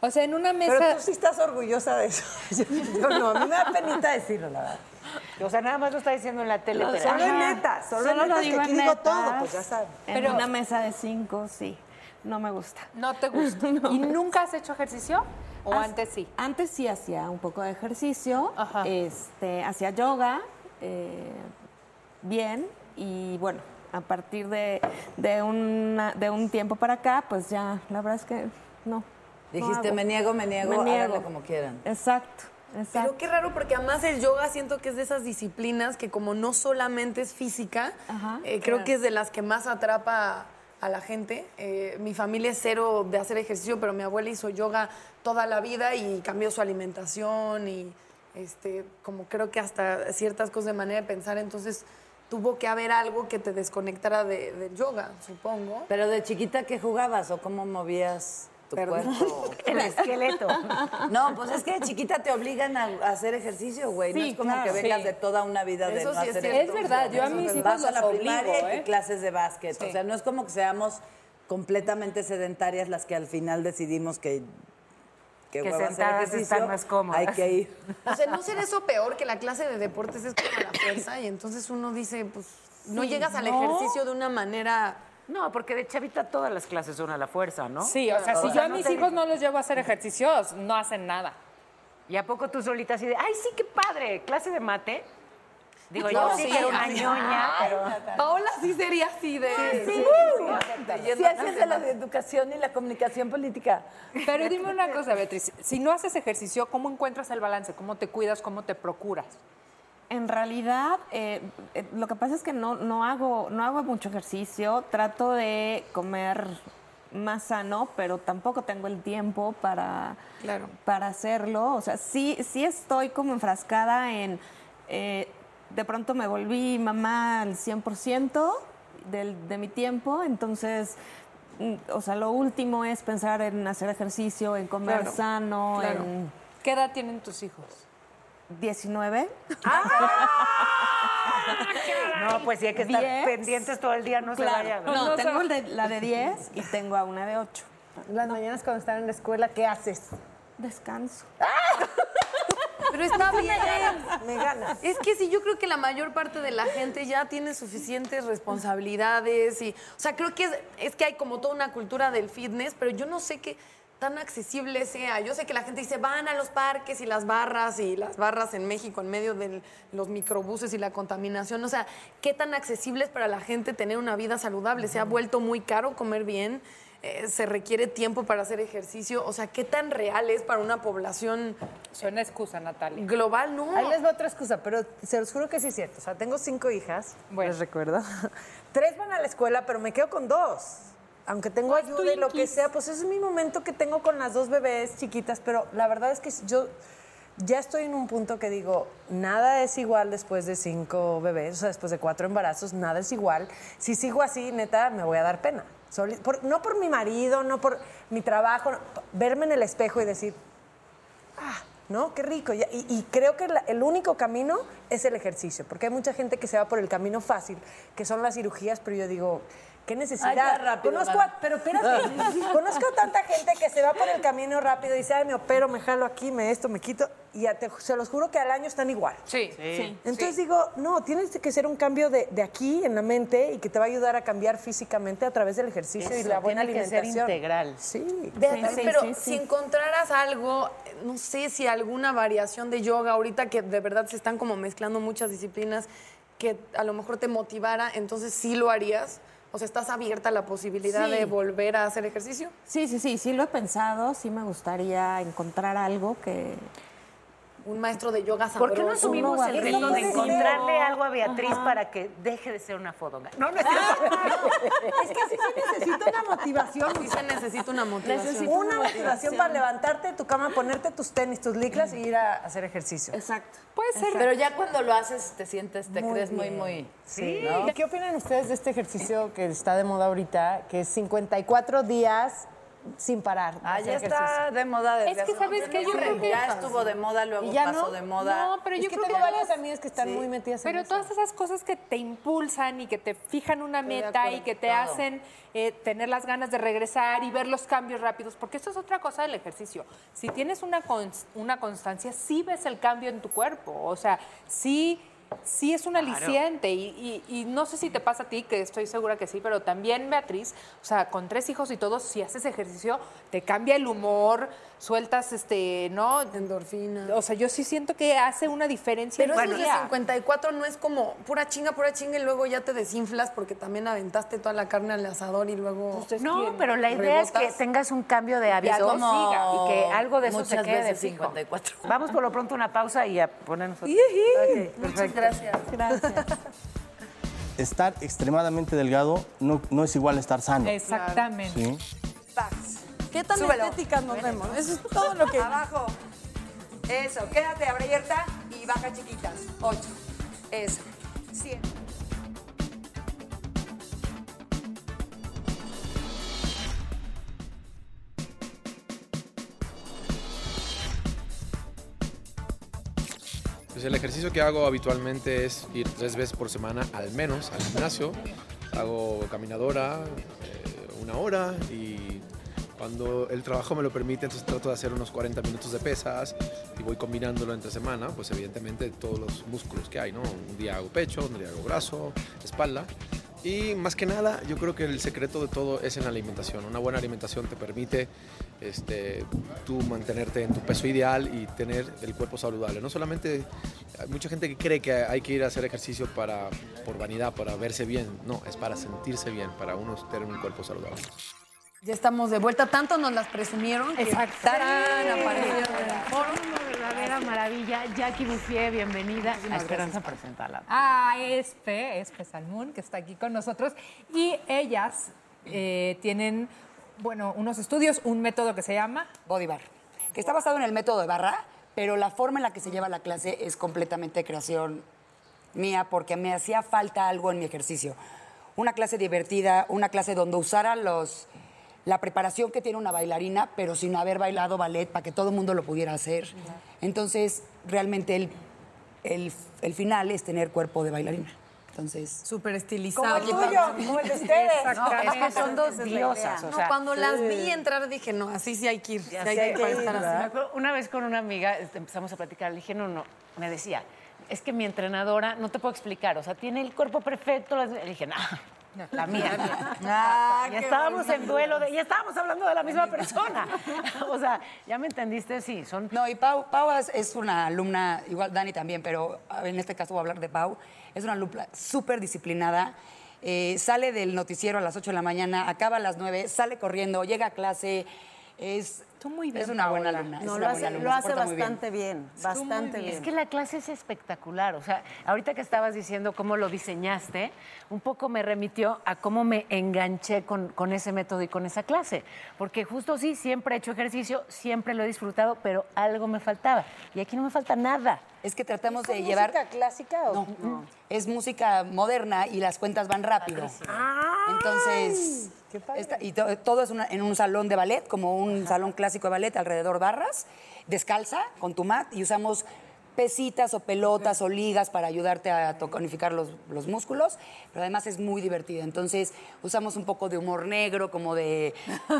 Speaker 6: O sea, en una
Speaker 2: Pero
Speaker 6: mesa...
Speaker 2: tú sí estás orgullosa de eso. Yo, yo no, a mí me da penita decirlo, la verdad.
Speaker 4: O sea, nada más lo está diciendo en la tele. pero-
Speaker 2: Solo en
Speaker 10: Ajá.
Speaker 2: neta, solo,
Speaker 10: Solo
Speaker 2: en
Speaker 10: lo
Speaker 2: neta,
Speaker 10: digo
Speaker 2: que
Speaker 10: en
Speaker 2: aquí digo todo,
Speaker 10: netas.
Speaker 2: pues ya saben.
Speaker 10: En una mesa de cinco, sí. No me gusta.
Speaker 6: No te gusta. ¿Y nunca has hecho ejercicio? ¿O
Speaker 10: As-
Speaker 6: antes sí?
Speaker 10: Antes sí hacía un poco de ejercicio,
Speaker 6: Ajá.
Speaker 10: este, hacía yoga, eh, bien, y bueno, a partir de, de, una- de un tiempo para acá, pues ya, la verdad es que no.
Speaker 5: Dijiste,
Speaker 10: hago.
Speaker 5: "Me niego, me niego,
Speaker 10: me niego.
Speaker 5: háganlo como quieran.
Speaker 10: Exacto, exacto.
Speaker 3: Pero qué raro, porque además el yoga siento que es de esas disciplinas que como no solamente es física,
Speaker 10: Ajá,
Speaker 3: eh, creo que es de las que más atrapa a la gente. Eh, mi familia es cero de hacer ejercicio, pero mi abuela hizo yoga toda la vida y cambió su alimentación y este, como creo que hasta ciertas cosas de manera de pensar, entonces tuvo que haber algo que te desconectara de- del yoga, supongo.
Speaker 5: Pero de chiquita, ¿qué jugabas o cómo movías tu
Speaker 3: Perdón.
Speaker 5: cuerpo?
Speaker 4: El esqueleto.
Speaker 5: No, pues es que de chiquita te obligan a a hacer ejercicio, güey. no
Speaker 10: Sí,
Speaker 5: es como
Speaker 10: claro.
Speaker 5: que vengas
Speaker 6: Sí.
Speaker 5: de toda una vida de
Speaker 3: Eso
Speaker 5: no
Speaker 3: sí es
Speaker 5: hacer
Speaker 3: cierto.
Speaker 5: ejercicio.
Speaker 6: Es verdad, yo a mis hijos
Speaker 5: Vas a la
Speaker 6: los
Speaker 5: primaria
Speaker 6: obligo,
Speaker 5: y
Speaker 6: ¿eh?
Speaker 5: clases de básquet.
Speaker 6: Sí.
Speaker 5: O sea, no es como que seamos completamente sedentarias las que al final decidimos que que,
Speaker 4: Que
Speaker 5: hueva hacer
Speaker 4: sentadas
Speaker 5: ejercicio,
Speaker 4: están más cómodas.
Speaker 5: Hay que ir.
Speaker 3: O sea, ¿no será eso peor que la clase de deportes es como a la fuerza? Y entonces uno dice, pues, no
Speaker 4: Sí,
Speaker 3: llegas al
Speaker 4: ¿no?
Speaker 3: ejercicio de una manera...
Speaker 4: No, porque de chavita todas las clases son a la fuerza, ¿no?
Speaker 6: Sí, o sea, si yo a mis hijos no los llevo a hacer ejercicios, no hacen nada.
Speaker 4: ¿Y a poco tú solita así de, ay, sí, qué padre, clase de mate? Digo, yo sí, que era una
Speaker 5: Ah,
Speaker 4: ñoña, pero...
Speaker 3: Paola sí sería así de...
Speaker 5: Sí,
Speaker 3: sí,
Speaker 5: sí, así es de la de educación y la comunicación política.
Speaker 6: Pero dime una cosa, Beatriz, si no haces ejercicio, ¿cómo encuentras el balance? ¿Cómo te cuidas? ¿Cómo te procuras?
Speaker 10: En realidad, eh, eh, lo que pasa es que no, no, hago, no hago mucho ejercicio. Trato de comer más sano, pero tampoco tengo el tiempo para,
Speaker 3: Claro.
Speaker 10: para hacerlo. O sea, sí, sí estoy como enfrascada en... eh, de pronto me volví mamá al 100% del- de mi tiempo, entonces... mm, O sea, lo último es pensar en hacer ejercicio, en comer
Speaker 6: Claro,
Speaker 10: sano,
Speaker 6: claro.
Speaker 10: en
Speaker 6: ¿Qué edad tienen tus hijos?
Speaker 10: 19.
Speaker 4: ¡Ah! No, pues sí hay que estar
Speaker 10: Diez.
Speaker 4: pendientes todo el día, no
Speaker 10: Claro.
Speaker 4: se vaya.
Speaker 10: No, tengo de- la de 10 y tengo a una de 8.
Speaker 2: Las mañanas cuando están en la escuela, ¿qué haces?
Speaker 10: Descanso.
Speaker 3: Pero está bien.
Speaker 2: Me ganas.
Speaker 3: Es que sí, yo creo que la mayor parte de la gente ya tiene suficientes responsabilidades y, o sea, creo que es, es que hay como toda una cultura del fitness, pero yo no sé qué tan accesible sea. Yo sé que la gente dice, van a los parques y las barras y las barras en México en medio de los microbuses y la contaminación. O sea, qué tan accesible es para la gente tener una vida saludable. Se ha vuelto muy caro comer bien, eh, se requiere tiempo para hacer ejercicio. O sea, qué tan real es para una población
Speaker 6: Suena excusa, Natalia.
Speaker 3: global, ¿no?
Speaker 2: Ahí les va otra excusa, pero se los juro que sí es cierto. O sea, tengo cinco hijas,
Speaker 6: Bueno.
Speaker 2: les recuerdo. Tres van a la escuela, pero me quedo con dos. Aunque tengo ayuda y lo que sea, pues ese es mi momento que tengo con las dos bebés chiquitas, pero la verdad es que yo ya estoy en un punto que digo, nada es igual después de cinco bebés, o sea, después de cuatro embarazos, nada es igual. Si sigo así, neta, me voy a dar pena. Soli- por- no por mi marido, no por mi trabajo, no- verme en el espejo y decir, ¿no? Qué rico. Ya- Y, y creo que la- el único camino es el ejercicio, porque hay mucha gente que se va por el camino fácil, que son las cirugías, pero yo digo, qué necesidad.
Speaker 5: Ay, ya rápido,
Speaker 2: conozco
Speaker 5: Van.
Speaker 2: a, pero espérate, conozco a tanta gente que se va por el camino rápido y dice, ay, me opero, me jalo aquí, me esto, me quito, y ya te- se los juro que al año están igual.
Speaker 6: Sí.
Speaker 2: Entonces digo, no, tienes que ser un cambio de, de aquí en la mente y que te va a ayudar a cambiar físicamente a través del ejercicio y
Speaker 5: Eso,
Speaker 2: la buena
Speaker 5: tiene que ser
Speaker 2: alimentación.
Speaker 5: integral.
Speaker 2: Sí.
Speaker 3: Beatriz,
Speaker 10: Sí, sí,
Speaker 3: pero
Speaker 10: sí,
Speaker 3: si
Speaker 10: sí.
Speaker 3: encontraras algo, eh, no sé si alguna variación de yoga ahorita que de verdad se están como mezclando muchas disciplinas que a lo mejor te motivara, entonces sí lo harías. O sea, ¿estás abierta a la posibilidad
Speaker 10: Sí.
Speaker 3: de volver a hacer ejercicio?
Speaker 10: Sí, sí, sí, sí lo he pensado, sí me gustaría encontrar algo que...
Speaker 3: Un maestro de yoga sabroso.
Speaker 4: ¿Por qué no asumimos
Speaker 10: no,
Speaker 4: el
Speaker 10: guapísimo.
Speaker 4: reto de
Speaker 10: Sí.
Speaker 4: encontrarle algo a Beatriz para que deje de ser una fodonga? No, no es
Speaker 2: Es que así sí necesito una motivación.
Speaker 3: Sí se necesita una motivación.
Speaker 2: Una motivación para levantarte de tu cama, ponerte tus tenis, tus liclas y ir a hacer ejercicio.
Speaker 10: Exacto.
Speaker 6: Puede ser.
Speaker 11: Pero ya cuando lo haces te sientes, te crees muy, muy...
Speaker 2: Sí. ¿Qué opinan ustedes de este ejercicio que está de moda ahorita, que es 54 días sin parar? de
Speaker 11: Ah,
Speaker 2: hacer
Speaker 11: ya
Speaker 2: ejercicio?
Speaker 11: está de moda desde
Speaker 6: Es que,
Speaker 11: hace
Speaker 6: ¿sabes
Speaker 11: mucho
Speaker 6: qué? Yo
Speaker 11: tiempo.
Speaker 6: creo que-
Speaker 11: Ya estuvo de moda, luego
Speaker 2: ¿Y ya
Speaker 11: pasó
Speaker 2: no?
Speaker 11: de moda.
Speaker 6: No, pero
Speaker 2: Es
Speaker 6: yo
Speaker 2: que
Speaker 6: creo
Speaker 2: tengo
Speaker 6: que
Speaker 2: varias
Speaker 6: las-
Speaker 2: amigas que están muy metidas en
Speaker 6: Pero
Speaker 2: eso.
Speaker 6: todas esas cosas que te impulsan y que te fijan una meta y que te hacen eh, tener las ganas de regresar y ver los cambios rápidos, porque eso es otra cosa del ejercicio. Si tienes una, cons- una constancia, sí ves el cambio en tu cuerpo, o sea, sí, sí es un aliciente y, y- y no sé si te pasa a ti, que estoy segura que sí, pero también Beatriz, o sea, con tres hijos y todo, si haces ejercicio, te cambia el humor, sueltas, este, ¿no?
Speaker 3: Endorfina.
Speaker 6: O sea, yo sí siento que hace una diferencia.
Speaker 3: Pero
Speaker 6: en tu
Speaker 3: esos de
Speaker 6: día.
Speaker 3: 54 no es como pura chinga, pura chinga y luego ya te desinflas porque también aventaste toda la carne al asador y luego...
Speaker 4: No, pero la idea es
Speaker 3: Rebotas.
Speaker 4: que tengas un cambio de hábito
Speaker 11: algo siga.
Speaker 4: y que algo de eso se
Speaker 11: Muchas
Speaker 4: quede
Speaker 11: veces
Speaker 4: fijo.
Speaker 11: 54.
Speaker 4: Vamos por lo pronto a una pausa y a ponernos otro.
Speaker 3: Muchas gracias.
Speaker 12: Estar extremadamente delgado no, no es igual a estar sano.
Speaker 6: Exactamente.
Speaker 12: ¿sí?
Speaker 2: ¿Qué tan
Speaker 11: Súbelo.
Speaker 2: estéticas nos vemos? Eso es todo lo que...
Speaker 11: Abajo. Eso, quédate abierta y baja chiquitas. Ocho. Eso. Siete.
Speaker 13: Pues el ejercicio que hago habitualmente es ir tres veces por semana al menos al gimnasio. Hago caminadora eh, una hora y Cuando el trabajo me lo permite, entonces trato de hacer unos 40 minutos de pesas y voy combinándolo entre semana, pues evidentemente todos los músculos que hay, ¿no? Un día hago pecho, un día hago brazo, espalda. Y más que nada, yo creo que el secreto de todo es en la alimentación. Una buena alimentación te permite este, tú mantenerte en tu peso ideal y tener el cuerpo saludable. No solamente hay mucha gente que cree que hay que ir a hacer ejercicio para, por vanidad, para verse bien. No, es para sentirse bien, para uno tener un cuerpo saludable.
Speaker 3: Ya estamos de vuelta. Tanto nos las presumieron que tarán, aparecieron en el foro.
Speaker 4: Una verdadera maravilla. Jackie Bouffier, bienvenida. A Esperanza presentarla.
Speaker 6: a Espe, Espe Ah, este, Salmón, que está aquí con nosotros. Y ellas eh, tienen, bueno, unos estudios, un método que se llama
Speaker 11: Body Bar, que está basado en el método de barra, pero la forma en la que se lleva la clase es completamente creación mía, porque me hacía falta algo en mi ejercicio. Una clase divertida, una clase donde usara los, la preparación que tiene una bailarina, pero sin haber bailado ballet, para que todo el mundo lo pudiera hacer. Entonces, realmente el, el- el final es tener cuerpo de bailarina. Entonces,
Speaker 3: súper
Speaker 11: Como
Speaker 3: estilizado.
Speaker 11: el tuyo, como el de ustedes.
Speaker 3: No, es que son dos
Speaker 11: Esa es la
Speaker 3: diosas.
Speaker 11: idea.
Speaker 3: No,
Speaker 11: o sea,
Speaker 3: cuando
Speaker 11: sí.
Speaker 3: las vi entrar dije, no, así sí hay que ir. sí hay que ir para estar así.
Speaker 4: Me acuerdo Una vez con una amiga este, empezamos a platicar, le dije, no, no, me decía, es que mi entrenadora, no te puedo explicar, o sea, tiene el cuerpo perfecto. las- Le dije, no, la mía.
Speaker 3: Ah,
Speaker 4: y estábamos en duelo, de, y estábamos hablando de la misma persona. o sea, ya me entendiste, sí, son...
Speaker 11: No, y Pau, Pau es, es una alumna, igual Dani también, pero a ver, en este caso voy a hablar de Pau. Es una alumna súper disciplinada. eh, sale del noticiero a las 8 de la mañana, acaba a las 9, sale corriendo, llega a clase. Es, es una buena alumna. es
Speaker 14: No,
Speaker 11: una
Speaker 14: lo
Speaker 11: buena
Speaker 14: hace,
Speaker 11: alumna,
Speaker 14: lo
Speaker 11: se
Speaker 14: hace
Speaker 11: porta muy bien.
Speaker 14: bastante bien, bastante bien.
Speaker 4: Es que la clase es espectacular. O sea, ahorita que estabas diciendo cómo lo diseñaste, un poco me remitió a cómo me enganché con, con ese método y con esa clase. Porque justo sí, siempre he hecho ejercicio, siempre lo he disfrutado, pero algo me faltaba. Y aquí no me falta nada.
Speaker 11: Es que tratamos de llevar.
Speaker 14: clásica o
Speaker 11: no, Es música moderna y las cuentas van rápido. Entonces, está- y to- todo es una- en un salón de ballet, como un salón clásico de ballet, alrededor barras, descalza con tu mat y usamos pesitas o pelotas o ligas para ayudarte a to- tonificar los, los músculos, pero además es muy divertido. Entonces usamos un poco de humor negro, como de,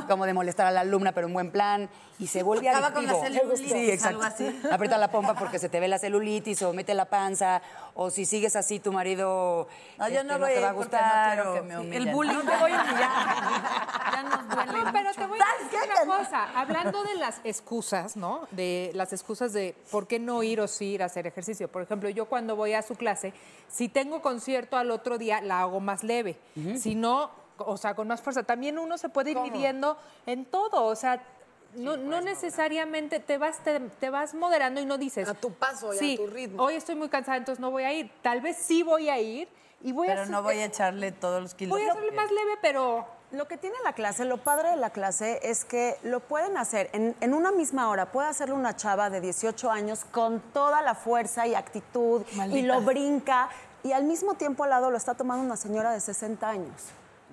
Speaker 11: como de molestar a la alumna, pero en buen plan, y se vuelve
Speaker 3: Acaba con la
Speaker 11: adictivo.
Speaker 3: celulitis,
Speaker 11: Sí, exacto.
Speaker 3: algo así.
Speaker 11: Aprieta la pompa porque se te ve la celulitis o mete la panza, o si sigues así tu marido
Speaker 14: No, yo no voy
Speaker 11: te
Speaker 14: a ir
Speaker 11: va a
Speaker 14: porque
Speaker 11: gustar.
Speaker 14: no quiero
Speaker 11: o-
Speaker 14: que me
Speaker 11: Sí,
Speaker 14: humillen.
Speaker 11: bullying.
Speaker 14: No te voy a
Speaker 6: No, Ah, pero te voy a decir una cosa. Hablando de las excusas, ¿no? De las excusas de por qué no ir o sí ir a hacer ejercicio. Por ejemplo, yo cuando voy a su clase, si tengo concierto al otro día, la hago más leve. Si no, o sea, con más fuerza. También uno se puede ir midiendo en todo. O sea, no, no necesariamente te vas, te, te vas moderando y no dices. A tu
Speaker 3: paso y a tu ritmo.
Speaker 6: Hoy estoy muy cansada, entonces no voy a ir. Tal vez sí voy a ir y voy a
Speaker 14: Pero
Speaker 6: hacer-
Speaker 14: no voy a echarle todos los kilos.
Speaker 6: Voy a hacerle más leve, pero
Speaker 14: Lo que tiene la clase, lo padre de la clase es que lo pueden hacer en, en una misma hora. Puede hacerlo una chava de 18 años con toda la fuerza y actitud y
Speaker 15: Maldita.
Speaker 14: lo brinca. Y al mismo tiempo al lado lo está tomando una señora de 60 años.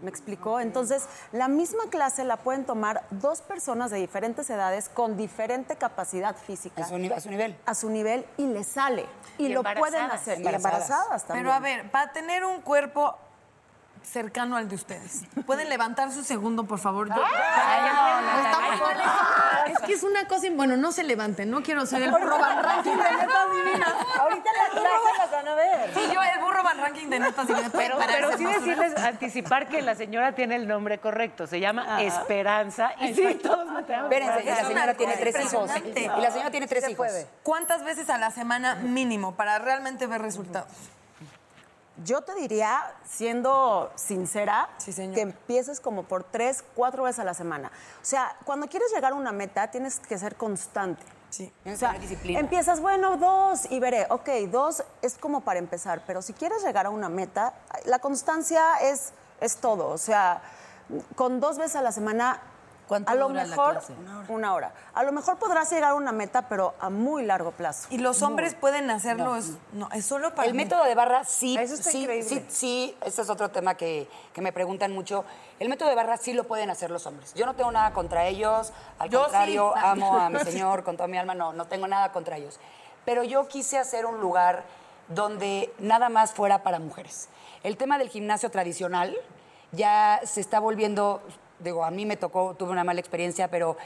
Speaker 14: ¿Me explicó? Entonces, la misma clase la pueden tomar dos personas de diferentes edades con diferente capacidad física.
Speaker 11: A su ni- a su nivel.
Speaker 14: A su nivel y le sale. Y, lo pueden hacer. Y embarazadas también.
Speaker 3: Pero a ver, para tener un cuerpo cercano al de ustedes. ¿Pueden levantar su segundo, por favor? Yo-
Speaker 14: Ay, no, no,
Speaker 3: Estamos
Speaker 14: no, no.
Speaker 3: mal eso. Es que es una cosa... in- Bueno, no se levanten, no quiero ser el
Speaker 14: Ahorita-
Speaker 3: burro van ranking de netas divinas.
Speaker 14: Ahorita las clases las van a ver.
Speaker 3: Sí, yo el burro van ranking de netas divinas.
Speaker 4: Pero,
Speaker 3: Para
Speaker 4: pero
Speaker 3: esa
Speaker 4: sí
Speaker 3: basura.
Speaker 4: decirles, anticipar que la señora tiene el nombre correcto. Se llama Esperanza. Y sí, todos nos tenemos
Speaker 11: Espérense, y la
Speaker 4: Es una
Speaker 11: señora tiene
Speaker 4: cosa
Speaker 11: tres hijos.
Speaker 4: impresionante.
Speaker 11: Y la señora tiene tres
Speaker 3: Se
Speaker 11: hijos.
Speaker 3: puede. ¿Cuántas veces a la semana mínimo para realmente ver resultados?
Speaker 14: Yo te diría, siendo sincera, que empieces como por tres, cuatro veces a la semana. O sea, cuando quieres llegar a una meta, tienes que ser constante. Sí. O sea, empiezas, bueno, dos y veré. Ok, dos es como para empezar, pero si quieres llegar a una meta, la constancia es, es todo. O sea, con dos veces a la semana, a lo
Speaker 3: dura la
Speaker 14: mejor
Speaker 3: clase?
Speaker 14: Una, hora. A lo mejor podrás llegar a una meta, pero a muy largo plazo.
Speaker 3: ¿Y los hombres pueden hacerlo? Es- No, es solo para
Speaker 11: El
Speaker 3: mí.
Speaker 11: método de barra sí,
Speaker 3: Eso está
Speaker 11: sí,
Speaker 3: increíble.
Speaker 11: sí, sí, ese es otro tema que, que me preguntan mucho. El método de barra sí lo pueden hacer los hombres. Yo no tengo nada contra ellos, al
Speaker 3: Yo sí.
Speaker 11: contrario, amo a mi señor con toda mi alma, no, no tengo nada contra ellos. Pero yo quise hacer un lugar donde nada más fuera para mujeres. El tema del gimnasio tradicional ya se está volviendo digo, a mí me tocó, tuve una mala experiencia, pero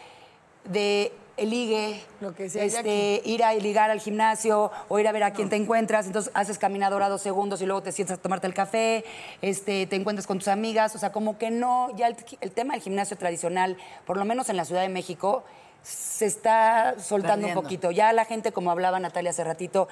Speaker 11: de el ligue,
Speaker 3: Lo que decía
Speaker 11: este,
Speaker 3: Jackie.
Speaker 11: ir a ligar al gimnasio o ir a ver a quién te encuentras, entonces haces caminadora dos segundos y luego te sientas a tomarte el café, este, te encuentras con tus amigas, o sea, como que no, ya el, el tema del gimnasio tradicional, por lo menos en la Ciudad de México, se está soltando
Speaker 5: Perdiendo.
Speaker 11: un poquito. Ya la gente, como hablaba Natalia hace ratito,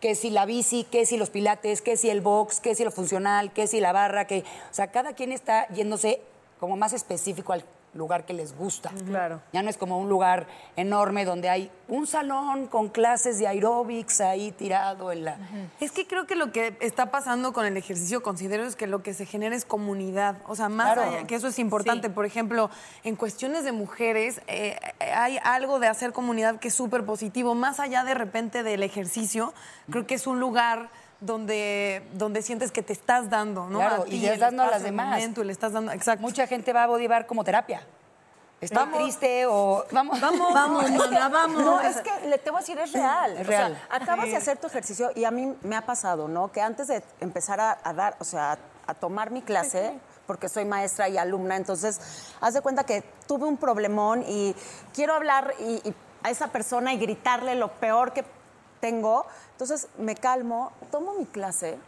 Speaker 11: que si la bici, que si los pilates, que si el box, que si lo funcional, que si la barra, que, o sea, cada quien está yéndose como más específico al lugar que les gusta. Claro. Ya no es como un lugar enorme donde hay un salón con clases de aeróbics ahí tirado en la...
Speaker 3: Es que creo que lo que está pasando con el ejercicio, considero, es que lo que se genera es comunidad. O sea, más
Speaker 11: Claro.
Speaker 3: allá, que eso es importante. Por ejemplo, en cuestiones de mujeres, eh, hay algo de hacer comunidad que es súper positivo. Más allá de repente del ejercicio, creo que es un lugar donde, donde sientes que te estás dando, ¿no?
Speaker 11: Claro,
Speaker 3: A
Speaker 11: y
Speaker 3: ti,
Speaker 11: le
Speaker 3: el
Speaker 11: estás dando a las
Speaker 3: espacio, el
Speaker 11: demás.
Speaker 3: momento, y le estás dando, exacto.
Speaker 11: Mucha gente va a bodivar como terapia. Está
Speaker 3: Vamos.
Speaker 11: triste o... Vamos,
Speaker 3: Vamos,
Speaker 14: Es que- No, es que le te voy a decir, es real.
Speaker 11: es
Speaker 14: O sea,
Speaker 11: real.
Speaker 14: acabas
Speaker 11: Sí.
Speaker 14: de hacer tu ejercicio y a mí me ha pasado, ¿no? Que antes de empezar a, a dar, o sea, a tomar mi clase, porque soy maestra y alumna, entonces, haz de cuenta que tuve un problemón y quiero hablar y- y a esa persona y gritarle lo peor que tengo. Entonces, me calmo, tomo mi clase.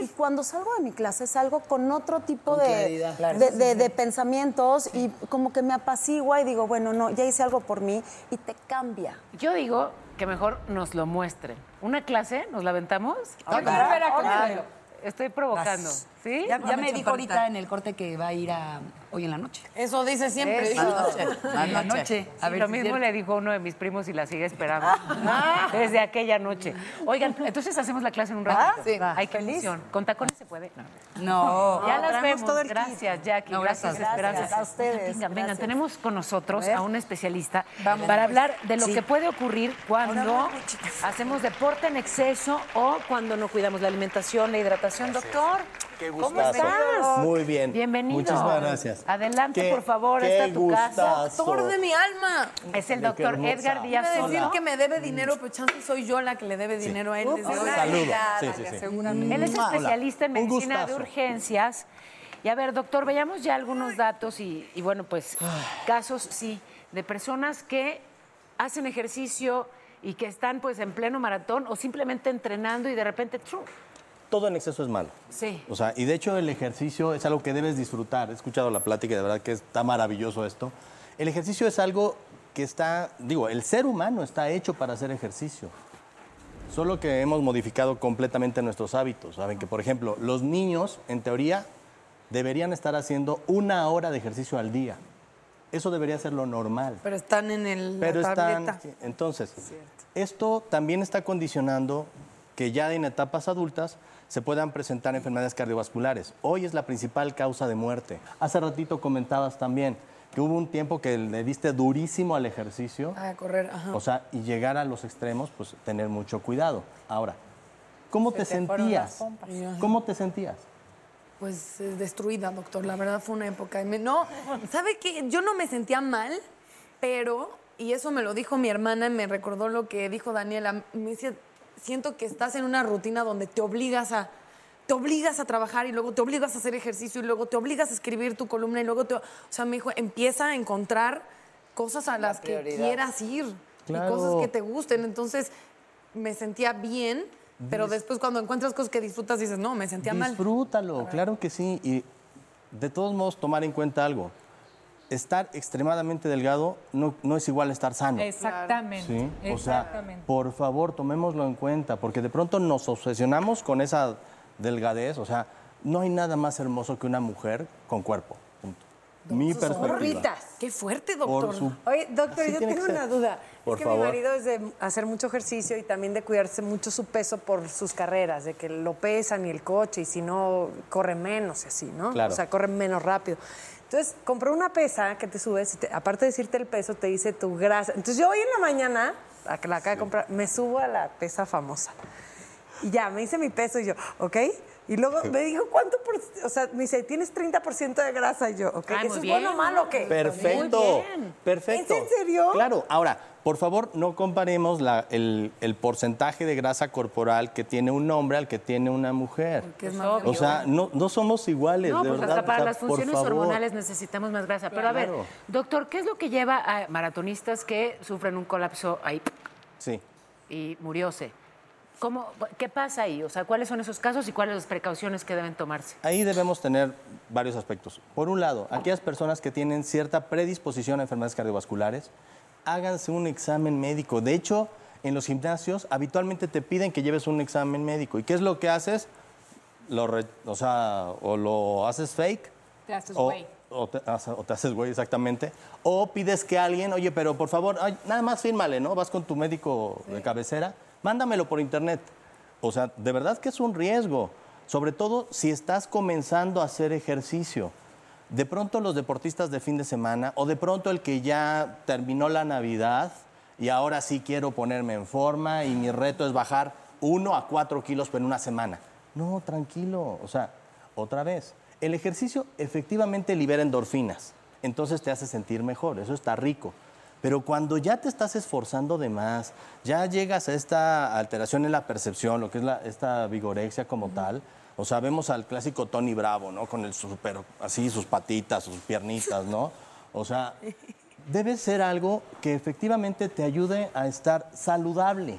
Speaker 14: Y cuando salgo de mi clase salgo con otro tipo
Speaker 5: Con
Speaker 14: de,
Speaker 5: claridad. Claro.
Speaker 14: de- de- de pensamientos y como que me apacigua y digo, bueno, no, ya hice algo por mí y te cambia.
Speaker 4: Yo digo que mejor nos lo muestren. ¿una clase? ¿Nos la aventamos?
Speaker 11: Ahora. quiero ver a Ahora. Consuelo.
Speaker 4: Estoy provocando.
Speaker 11: Vas.
Speaker 4: ¿Sí?
Speaker 11: Ya, ya me dijo ahorita en el corte que va a ir a hoy en la noche.
Speaker 2: Eh,
Speaker 3: Eso dice siempre.
Speaker 4: Eso.
Speaker 11: En la noche. A
Speaker 4: Sí, lo
Speaker 11: ver si Ah. es
Speaker 4: mismo
Speaker 11: cierto.
Speaker 4: le dijo uno de mis primos y la sigue esperando desde aquella noche. Oigan, entonces hacemos la clase en un rato.
Speaker 11: Ah, Sí.
Speaker 4: Hay que ilusión. Con tacones se puede.
Speaker 11: No.
Speaker 4: Ya
Speaker 11: No,
Speaker 4: las
Speaker 11: traemos
Speaker 4: vemos.
Speaker 11: todo el kit.
Speaker 4: gracias, Jackie.
Speaker 11: No,
Speaker 4: gracias,
Speaker 11: gracias.
Speaker 4: Esperanza.
Speaker 11: Gracias a ustedes.
Speaker 4: Vengan, vengan,
Speaker 11: Gracias.
Speaker 4: tenemos con nosotros
Speaker 11: A ver.
Speaker 4: a un especialista
Speaker 11: Vamos.
Speaker 4: para hablar de lo
Speaker 11: Sí.
Speaker 4: que puede ocurrir
Speaker 11: Ahora
Speaker 4: cuando
Speaker 11: vamos,
Speaker 4: hacemos deporte en exceso o cuando no cuidamos la alimentación, la hidratación.
Speaker 12: Así es.
Speaker 4: Doctor,
Speaker 12: Qué
Speaker 4: ¿cómo
Speaker 12: gustazo.
Speaker 4: estás?
Speaker 12: Muy bien.
Speaker 4: Bienvenido.
Speaker 12: Muchísimas gracias.
Speaker 4: Adelante,
Speaker 12: Qué-
Speaker 4: por favor,
Speaker 12: qué
Speaker 4: esta es tu casa.
Speaker 12: gustazo. Doctor de mi
Speaker 3: alma.
Speaker 4: Es el
Speaker 12: Qué
Speaker 4: doctor
Speaker 12: hermosa. Mm.
Speaker 4: Edgar Díaz
Speaker 3: Iba a decir
Speaker 4: Soto.
Speaker 3: que me debe dinero, pero chance soy yo la que le debe dinero a él. desde
Speaker 4: Ups.
Speaker 3: la
Speaker 4: Saludos.
Speaker 3: vida,
Speaker 4: Sí, sí, sí.
Speaker 3: seguramente.
Speaker 4: Uh, Él es
Speaker 3: Hola.
Speaker 4: especialista en
Speaker 3: Un
Speaker 4: medicina de
Speaker 3: gustazo.
Speaker 4: urgencias. Y a ver, doctor, veamos ya algunos datos y, y bueno, pues casos, sí, de personas que hacen ejercicio y que están pues en pleno maratón o simplemente entrenando y de repente, ¡tru!
Speaker 12: Todo en exceso es malo.
Speaker 4: Sí.
Speaker 12: O sea, y de hecho el ejercicio es algo que debes disfrutar. He escuchado la plática, y de verdad que está maravilloso esto. El ejercicio es algo que está, digo, el ser humano está hecho para hacer ejercicio. Solo que hemos modificado completamente nuestros hábitos. Saben que, por ejemplo, los niños, en teoría, deberían estar haciendo una hora de ejercicio al día. Eso debería ser lo normal.
Speaker 3: Pero están en el,
Speaker 12: Pero
Speaker 3: la
Speaker 12: están.
Speaker 3: tableta.
Speaker 12: Entonces, esto también está condicionando que ya en etapas adultas se puedan presentar enfermedades cardiovasculares. Hoy es la principal causa de muerte. Hace ratito comentabas también que hubo un tiempo que le diste durísimo al ejercicio.
Speaker 3: A Ah, correr, ajá.
Speaker 12: O sea, y llegar a los extremos, pues tener mucho cuidado. Ahora, ¿cómo
Speaker 3: Se
Speaker 12: te,
Speaker 3: te fueron las
Speaker 12: sentías?
Speaker 3: pompas.
Speaker 12: ¿Cómo te sentías?
Speaker 3: Pues eh, destruida, doctor. La verdad fue una época. de me- No, ¿sabe qué? Yo no me sentía mal, pero, y eso me lo dijo mi hermana, me recordó lo que dijo Daniela. Me dice, siento que estás en una rutina donde te obligas a. Te obligas a trabajar y luego te obligas a hacer ejercicio y luego te obligas a escribir tu columna y luego te. O sea, me dijo, empieza a encontrar cosas a las que
Speaker 4: prioridad.
Speaker 3: quieras ir y
Speaker 12: Claro.
Speaker 3: cosas que te gusten. Entonces, me sentía bien, pero después cuando encuentras cosas que disfrutas dices, no, me sentía mal.
Speaker 12: Disfrútalo, claro que sí. Y de todos modos, tomar en cuenta algo. Estar extremadamente delgado no, no es igual a estar sano.
Speaker 6: Exactamente.
Speaker 12: Sí, o sea,
Speaker 6: Exactamente.
Speaker 12: por favor, tomémoslo en cuenta, porque de pronto nos obsesionamos con esa delgadez. O sea, no hay nada más hermoso que una mujer con cuerpo. punto. Mi perspectiva.
Speaker 3: Qué fuerte,
Speaker 12: doctor. Por su-
Speaker 2: Oye, Este doctor,
Speaker 12: Así
Speaker 2: yo
Speaker 12: tiene
Speaker 2: tengo
Speaker 12: que ser.
Speaker 2: una duda.
Speaker 12: Por
Speaker 2: es que
Speaker 12: favor.
Speaker 2: mi marido es de hacer mucho ejercicio y también de cuidarse mucho su peso por sus carreras, de que lo pesan y el coche, y si no, corre menos y así, ¿no?
Speaker 14: Claro.
Speaker 2: O sea, corre menos rápido. Entonces, compró una pesa que te subes, y te- aparte de decirte el peso, te dice tu grasa. Entonces, yo hoy en la mañana, la que la acabo de comprar, me subo a la pesa famosa. Y ya, me hice mi peso y yo, ¿ok? Y luego me dijo, ¿cuánto por...? O sea, me dice, tienes 30% de grasa. Y yo, ¿ok?
Speaker 12: Ah, muy
Speaker 2: ¿Eso es
Speaker 12: bien.
Speaker 2: bueno o malo o qué?
Speaker 12: Perfecto. Perfecto.
Speaker 2: ¿Es en serio?
Speaker 12: Claro. Ahora, Por favor, no comparemos la- el, el porcentaje de grasa corporal que tiene un hombre al que tiene una mujer.
Speaker 4: Que es más
Speaker 12: o sea, no, no somos iguales,
Speaker 4: No,
Speaker 12: de
Speaker 4: pues
Speaker 12: verdad.
Speaker 4: hasta para
Speaker 12: o sea,
Speaker 4: las
Speaker 12: por
Speaker 4: funciones
Speaker 12: favor.
Speaker 4: hormonales necesitamos más grasa. Pero a ver,
Speaker 12: Claro.
Speaker 4: doctor, ¿qué es lo que lleva a maratonistas que sufren un colapso ahí
Speaker 12: Sí.
Speaker 4: y murióse? ¿Cómo, ¿Qué pasa ahí? O sea, ¿cuáles son esos casos y cuáles las precauciones que deben tomarse?
Speaker 12: Ahí debemos tener varios aspectos. Por un lado, aquellas personas que tienen cierta predisposición a enfermedades cardiovasculares, háganse un examen médico. De hecho, en los gimnasios habitualmente te piden que lleves un examen médico. ¿Y qué es lo que haces? Lo re- o sea, o lo haces fake
Speaker 6: Te haces
Speaker 12: o,
Speaker 6: güey.
Speaker 12: o te, hace- o te haces güey, exactamente. O pides que alguien, oye, pero por favor, ay, nada más fírmale, ¿no? Vas con tu médico de cabecera, mándamelo por internet. O sea, de verdad que es un riesgo, sobre todo si estás comenzando a hacer ejercicio. De pronto los deportistas de fin de semana, o de pronto el que ya terminó la Navidad y ahora sí quiero ponerme en forma y mi reto es bajar 1 a 4 kilos pero en una semana. No, tranquilo, o sea, otra vez. El ejercicio efectivamente libera endorfinas, entonces te hace sentir mejor, eso está rico. Pero cuando ya te estás esforzando de más, ya llegas a esta alteración en la percepción, lo que es la- esta vigorexia como tal, o sea, vemos al clásico Tony Bravo, ¿no? Con el super, así, sus patitas, sus piernitas, ¿no? O sea, debe ser algo que efectivamente te ayude a estar saludable.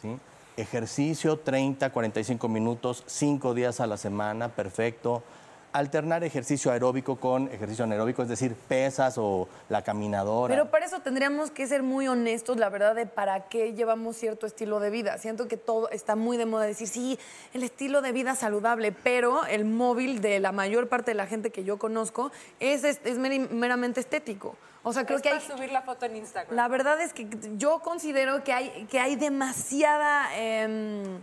Speaker 12: ¿sí? Ejercicio 30, 45 minutos, 5 días a la semana, perfecto. Alternar ejercicio aeróbico con ejercicio anaeróbico, es decir, pesas o la caminadora.
Speaker 3: Pero para eso tendríamos que ser muy honestos, la verdad, de para qué llevamos cierto estilo de vida. Siento que todo está muy de moda decir, sí, el estilo de vida saludable, pero el móvil de la mayor parte de la gente que yo conozco es, es- es meri- meramente estético. O sea, creo
Speaker 6: Es
Speaker 3: que hay...
Speaker 6: para subir la foto en Instagram.
Speaker 3: La verdad es que yo considero que hay, que hay demasiada em,